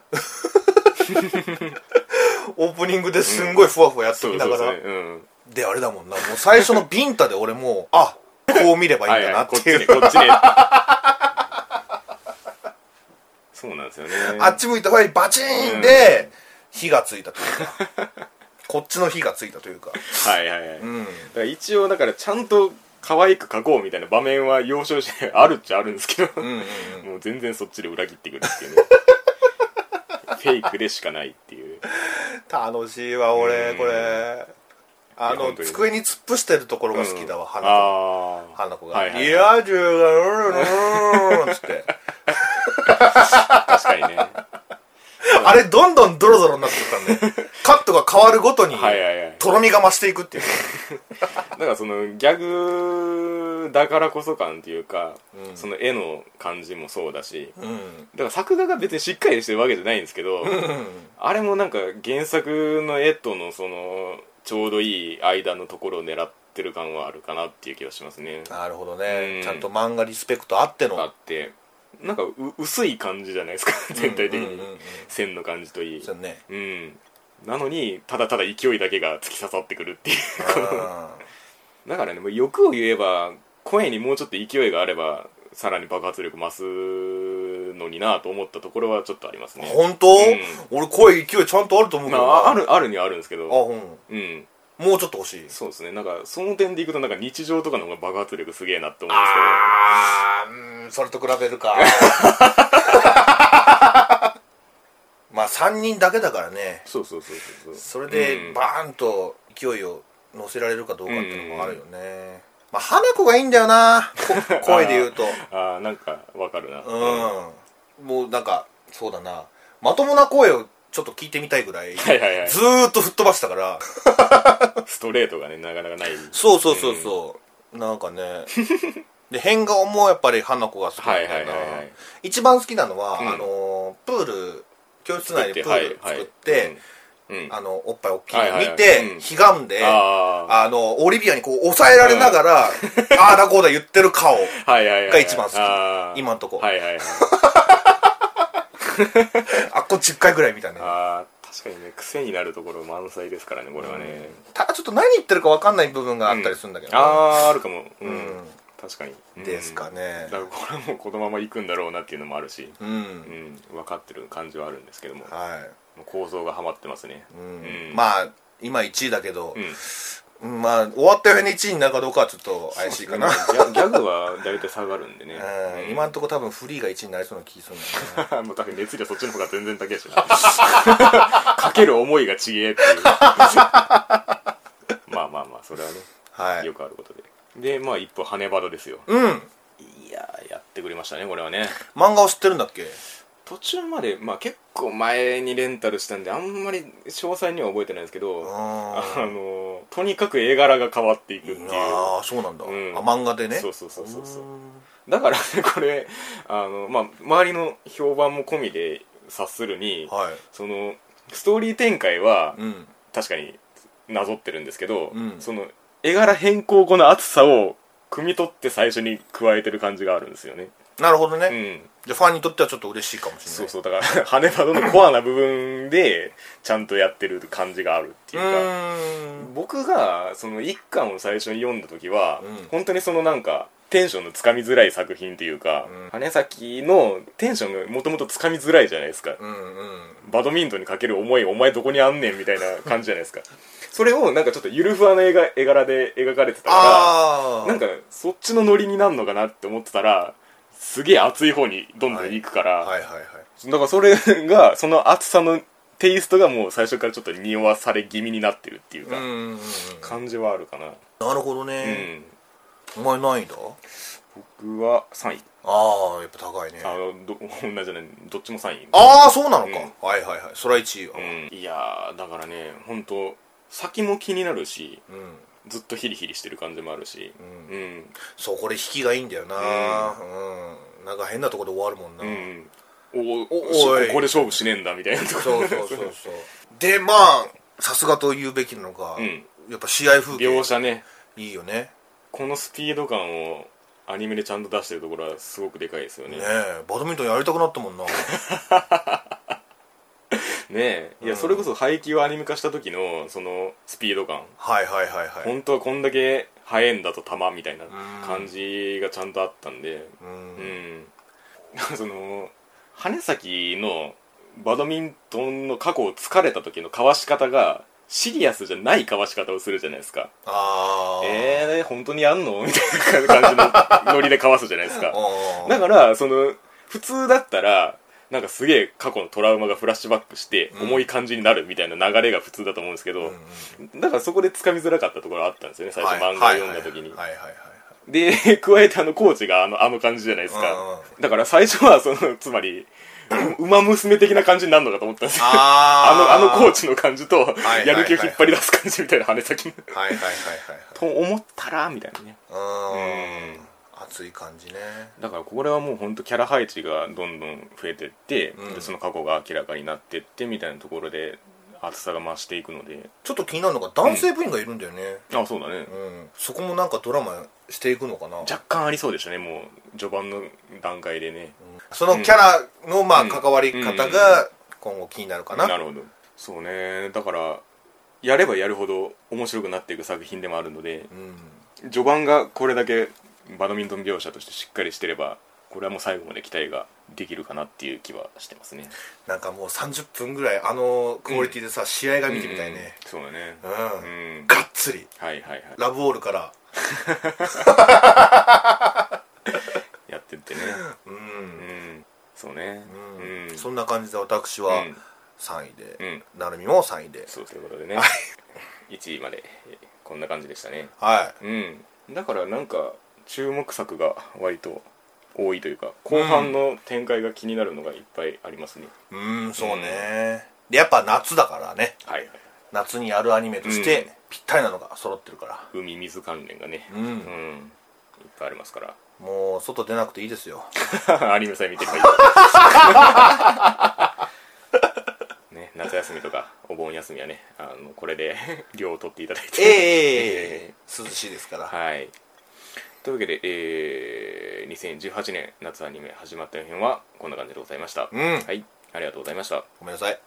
Speaker 2: オープニングですんごいふわふわやって
Speaker 1: そう
Speaker 2: き
Speaker 1: そ
Speaker 2: な
Speaker 1: う
Speaker 2: が
Speaker 1: です
Speaker 2: ら、
Speaker 1: ねうん
Speaker 2: であれだもんなもう最初のビンタで俺 もうあこう見ればいいんだなっていう、
Speaker 1: はいはいこっちねこ っちねそうなんですよね
Speaker 2: あっち向いた方にバチーンで火がついたというかこっちの火がついたというか
Speaker 1: はいはいはい、
Speaker 2: う
Speaker 1: だか
Speaker 2: ん
Speaker 1: ら一応だからちゃんと可愛く描こうみたいな場面は要所要所であるっちゃあるんですけど、
Speaker 2: うんうんうん
Speaker 1: もう全然そっちで裏切ってくるっていう ねフェイクでしかないっていう
Speaker 2: 楽しいわ俺
Speaker 1: うん
Speaker 2: これあ
Speaker 1: いや本
Speaker 2: の
Speaker 1: 当に
Speaker 2: 机に突っ伏してるところが好きだわ、
Speaker 1: うん
Speaker 2: 花子
Speaker 1: ああ
Speaker 2: 花子が「
Speaker 1: はい
Speaker 2: い
Speaker 1: はいはい
Speaker 2: や10がうーん」っつって
Speaker 1: 確かにね
Speaker 2: あれどんどんドロドロになってくからね カットが変わるごとに
Speaker 1: はいはいはい
Speaker 2: とろみが増していくっていう
Speaker 1: だからそのギャグだからこそ感っていうか、
Speaker 2: うん
Speaker 1: その絵の感じもそうだし
Speaker 2: うん
Speaker 1: だから作画が別にしっかりしてるわけじゃないんですけどあれもなんか原作の絵とのそのちょうどいい間のところを狙ってる感はあるかなっていう気がしますねあ
Speaker 2: なるほどね
Speaker 1: うん
Speaker 2: ちゃんと漫画リスペクトあっての
Speaker 1: ってなんかう薄い感じじゃないですか 全体的に、
Speaker 2: うんうんうんうん
Speaker 1: 線の感じといい
Speaker 2: そうね
Speaker 1: うんなのにただただ勢いだけが突き刺さってくるっていう
Speaker 2: あ
Speaker 1: だからねもう欲を言えば声にもうちょっと勢いがあればさらに爆発力増すのになと思ったところはちょっとあります
Speaker 2: ー
Speaker 1: ね
Speaker 2: 本当俺声勢いちゃんとあると思うけ
Speaker 1: ま
Speaker 2: ど
Speaker 1: あ
Speaker 2: な
Speaker 1: あるあるにはあるんですけ
Speaker 2: あ
Speaker 1: ど
Speaker 2: うん
Speaker 1: うん
Speaker 2: もうちょっと欲しい
Speaker 1: そうですねなんかその点でいくとなんか日常とかの方が爆発力すげえなって思うんです
Speaker 2: あーうんそれと比べる かまあ3人だけだからね
Speaker 1: けどそうそうそうそう
Speaker 2: そうれ
Speaker 1: う
Speaker 2: で
Speaker 1: ん
Speaker 2: バーンと勢いを乗せられるかどうかっていうのもあるよね、まあ花子がいいんだよなこ 声で言うと
Speaker 1: ああなんかわかるなは
Speaker 2: うんもうなんかそうだなまともな声をちょっと聞いてみたいぐらい
Speaker 1: いはいはい
Speaker 2: ずーっと吹っ飛ばしたから
Speaker 1: ストレートがねなかなかない
Speaker 2: そうそうそうそう、なんかねで変顔もやっぱり花子が好きなんだよな、
Speaker 1: はいはいはいはい
Speaker 2: 一番好きなのは、
Speaker 1: うん
Speaker 2: あのープール教室
Speaker 1: 作
Speaker 2: 内
Speaker 1: って
Speaker 2: でプ
Speaker 1: は
Speaker 2: ー
Speaker 1: い
Speaker 2: ル
Speaker 1: はい
Speaker 2: 作って、
Speaker 1: うん
Speaker 2: あのおっぱい大きいの
Speaker 1: はいはいはい
Speaker 2: 見て、
Speaker 1: うん
Speaker 2: ひがんで
Speaker 1: あー
Speaker 2: あのオリビアにこう抑えられながら、ああだこうだ言ってる顔
Speaker 1: はいはいはい
Speaker 2: が一番好き
Speaker 1: あー
Speaker 2: 今んとこ
Speaker 1: はいはいはい
Speaker 2: あっこ10回ぐらいみたいな
Speaker 1: あー確かにね癖になるところ満載ですからねこれはね、
Speaker 2: ただちょっと何言ってるか分かんない部分があったりするんだけどね、
Speaker 1: あああるかもうん、
Speaker 2: うん
Speaker 1: 確かに、うん
Speaker 2: ですかね
Speaker 1: だからこれはもうこのまま行くんだろうなっていうのもあるし、う
Speaker 2: う
Speaker 1: ん
Speaker 2: ん、
Speaker 1: 分かってる感じはあるんですけども
Speaker 2: はい
Speaker 1: もう構造がはまってますね
Speaker 2: うん
Speaker 1: うん
Speaker 2: まあ今1位だけど
Speaker 1: う、ん
Speaker 2: うんまあ終わったように1位になるかどうかはちょっと怪しいかな、
Speaker 1: ギャギャグは大体下がるんでね、
Speaker 2: うん、今んとこ多分フリーが1位になりそうな気するんだ よね
Speaker 1: もう多分熱量そっちの方が全然高いしな かける思いがちげえっていう まあまあまあそれはね、
Speaker 2: はい
Speaker 1: よくあることででまあ一歩跳ね場ですよ
Speaker 2: うん
Speaker 1: いやーやってくれましたねこれはね
Speaker 2: 漫画を知ってるんだっけ
Speaker 1: 途中まで、まあ、結構前にレンタルしたんであんまり詳細には覚えてないんですけど
Speaker 2: あ
Speaker 1: あのーとにかく絵柄が変わっていくっていう
Speaker 2: あーそうなんだ、
Speaker 1: うん
Speaker 2: あ漫画でね
Speaker 1: そうそうそうそうそう
Speaker 2: うーん
Speaker 1: だから ねこれあの、まあ、周りの評判も込みで察するに、
Speaker 2: はい
Speaker 1: そのストーリー展開は
Speaker 2: うん
Speaker 1: 確かになぞってるんですけど、
Speaker 2: うん
Speaker 1: その絵柄変更後の厚さを汲み取って最初に加えてる感じがあるんですよね。
Speaker 2: なるほどね、
Speaker 1: うん、
Speaker 2: じゃあファンにとってはちょっと嬉しいかもしれない
Speaker 1: そうそうだから 羽バドのコアな部分でちゃんとやってる感じがあるっていう
Speaker 2: う
Speaker 1: か。
Speaker 2: ーん
Speaker 1: 僕がその一巻を最初に読んだ時は、
Speaker 2: うん
Speaker 1: 本当にそのなんかテンションのつかみづらい作品というか、
Speaker 2: うん
Speaker 1: 羽崎のテンションがもともとつかみづらいじゃないですか、
Speaker 2: うんうん
Speaker 1: バドミントンにかける思いお前どこにあんねんみたいな感じじゃないですか それをなんかちょっとゆるふわな絵が絵柄で描かれてたか
Speaker 2: あ
Speaker 1: ら
Speaker 2: あ
Speaker 1: なんかそっちのノリになるのかなって思ってたらすげえ熱い方にどんどん行くから、
Speaker 2: はいはいはい
Speaker 1: だからそれがその熱さのテイストがもう最初からちょっと匂わされ気味になってるっていう
Speaker 2: う
Speaker 1: か、
Speaker 2: んうんうん
Speaker 1: 感じはあるかな
Speaker 2: なるほど
Speaker 1: う
Speaker 2: ね、
Speaker 1: ん
Speaker 2: お前何位だ
Speaker 1: 僕は3位
Speaker 2: ああやっぱ高いね
Speaker 1: あのど女じゃないどっちも3位
Speaker 2: ああそうなのか、
Speaker 1: うん
Speaker 2: はいはいはいそれは1位は
Speaker 1: うん、いやーだからね本当先も気になるし
Speaker 2: うん、うん
Speaker 1: ずっとヒリヒリしてる感じもあるしうんうん、
Speaker 2: そうこれ引きがいいんだよなうん、なんか変なとこで終わるもんな、
Speaker 1: おお
Speaker 2: おおい
Speaker 1: これ勝負しねえんだみたいなとこ
Speaker 2: そうそうそう そうでまあさすがと言うべきなのが、
Speaker 1: うん
Speaker 2: やっぱ試合風
Speaker 1: 描
Speaker 2: 景
Speaker 1: 写ね
Speaker 2: いいよね
Speaker 1: このスピード感をアニメでちゃんと出してるところはすごくでかいですよね
Speaker 2: ね
Speaker 1: ね
Speaker 2: えバドミントンやりたくなったもんな
Speaker 1: えいや、
Speaker 2: うん
Speaker 1: それこそ配球をアニメ化した時のそのスピード感
Speaker 2: はいはいはいはい
Speaker 1: 本当はこんだけ速いんだと球みたいな感じがちゃんとあったんで
Speaker 2: う
Speaker 1: うんん、その羽崎のバドミントンの過去を疲れた時のかわし方がシリアスじゃないかわし方をするじゃないですか
Speaker 2: ああ
Speaker 1: えー、本当にやんのみたいな感じの ノリでかわすじゃないですか
Speaker 2: あ
Speaker 1: だからその普通だったらなんかすげえ過去のトラウマがフラッシュバックして
Speaker 2: うん
Speaker 1: 重い感じになるみたいな流れが普通だと思うんですけ
Speaker 2: う
Speaker 1: ど
Speaker 2: ん、
Speaker 1: だからそこでつかみづらかったところあったんですよね最初漫画を読んだ時に
Speaker 2: はいはいはいはい
Speaker 1: で加えてあのコーチがあのあの感じじゃないです
Speaker 2: うんう
Speaker 1: か
Speaker 2: ん
Speaker 1: だから最初はその つまりう馬娘的な感じになるのかと思ったんですよ あ
Speaker 2: あ
Speaker 1: のあのコー
Speaker 2: チ
Speaker 1: チの感じと
Speaker 2: いはい
Speaker 1: やる気を引っ張り出す感じみたいな羽先に
Speaker 2: はいはいはい
Speaker 1: と思ったらみたいなね
Speaker 2: はいはいうん熱い感じね
Speaker 1: だからこれはもう本当キャラ配置がどんどん増えてって、
Speaker 2: うん
Speaker 1: でその過去が明らかになってってみたいなところで厚さが増していくので
Speaker 2: ちょっと気になるのが男性部員がいるんだよね
Speaker 1: あそうだね、
Speaker 2: うんそこもなんかドラマしていくのかな
Speaker 1: 若干ありそうでしたねもう序盤の段階でね、
Speaker 2: そのキャラのま
Speaker 1: う
Speaker 2: あ
Speaker 1: ん
Speaker 2: 関わり方が今後気になるかな、
Speaker 1: なるほどそうねだからやればやるほど面白くなっていく作品でもあるので
Speaker 2: うん
Speaker 1: 序盤がこれだけバドミントン描写としてしっかりしてればこれはもう最後まで期待ができるかなっていう気はしてますね
Speaker 2: なんかもう30分ぐらいあのクオリティでさ、試合が見てみたいね
Speaker 1: うんそうだね
Speaker 2: うん、
Speaker 1: うん
Speaker 2: がっつり
Speaker 1: はいはいはい
Speaker 2: ラブオールから
Speaker 1: やってってね
Speaker 2: うん、
Speaker 1: うんそうね
Speaker 2: うん
Speaker 1: うん
Speaker 2: そんな感じで私
Speaker 1: う
Speaker 2: は
Speaker 1: ん
Speaker 2: 3位で、
Speaker 1: うん
Speaker 2: なるみも3位で
Speaker 1: そうということでね1位までえーこんな感じでしたね
Speaker 2: は
Speaker 1: うんだからなんか注目作が割と多いというか後半の展開が気になるのがいっぱいありますね、
Speaker 2: いうんそうね、でやっぱ夏だからね
Speaker 1: はい
Speaker 2: 夏にやるアニメとし
Speaker 1: うん
Speaker 2: てぴったりなのが揃ってるから、
Speaker 1: 海水関連がね
Speaker 2: うん
Speaker 1: うんいっぱいありますか
Speaker 2: もう外出なくていいですよ
Speaker 1: ら アニメ さえ見てればいいね夏休みとかお盆盆休みはねあのこれで 量を取っていただい
Speaker 2: え
Speaker 1: て、
Speaker 2: ええええ え涼しいですから、
Speaker 1: はいというわけで、えー2018年夏アニメ始まった編はこんな感じでございました、
Speaker 2: う
Speaker 1: は
Speaker 2: ん
Speaker 1: いありがとうございました
Speaker 2: ごめんなさい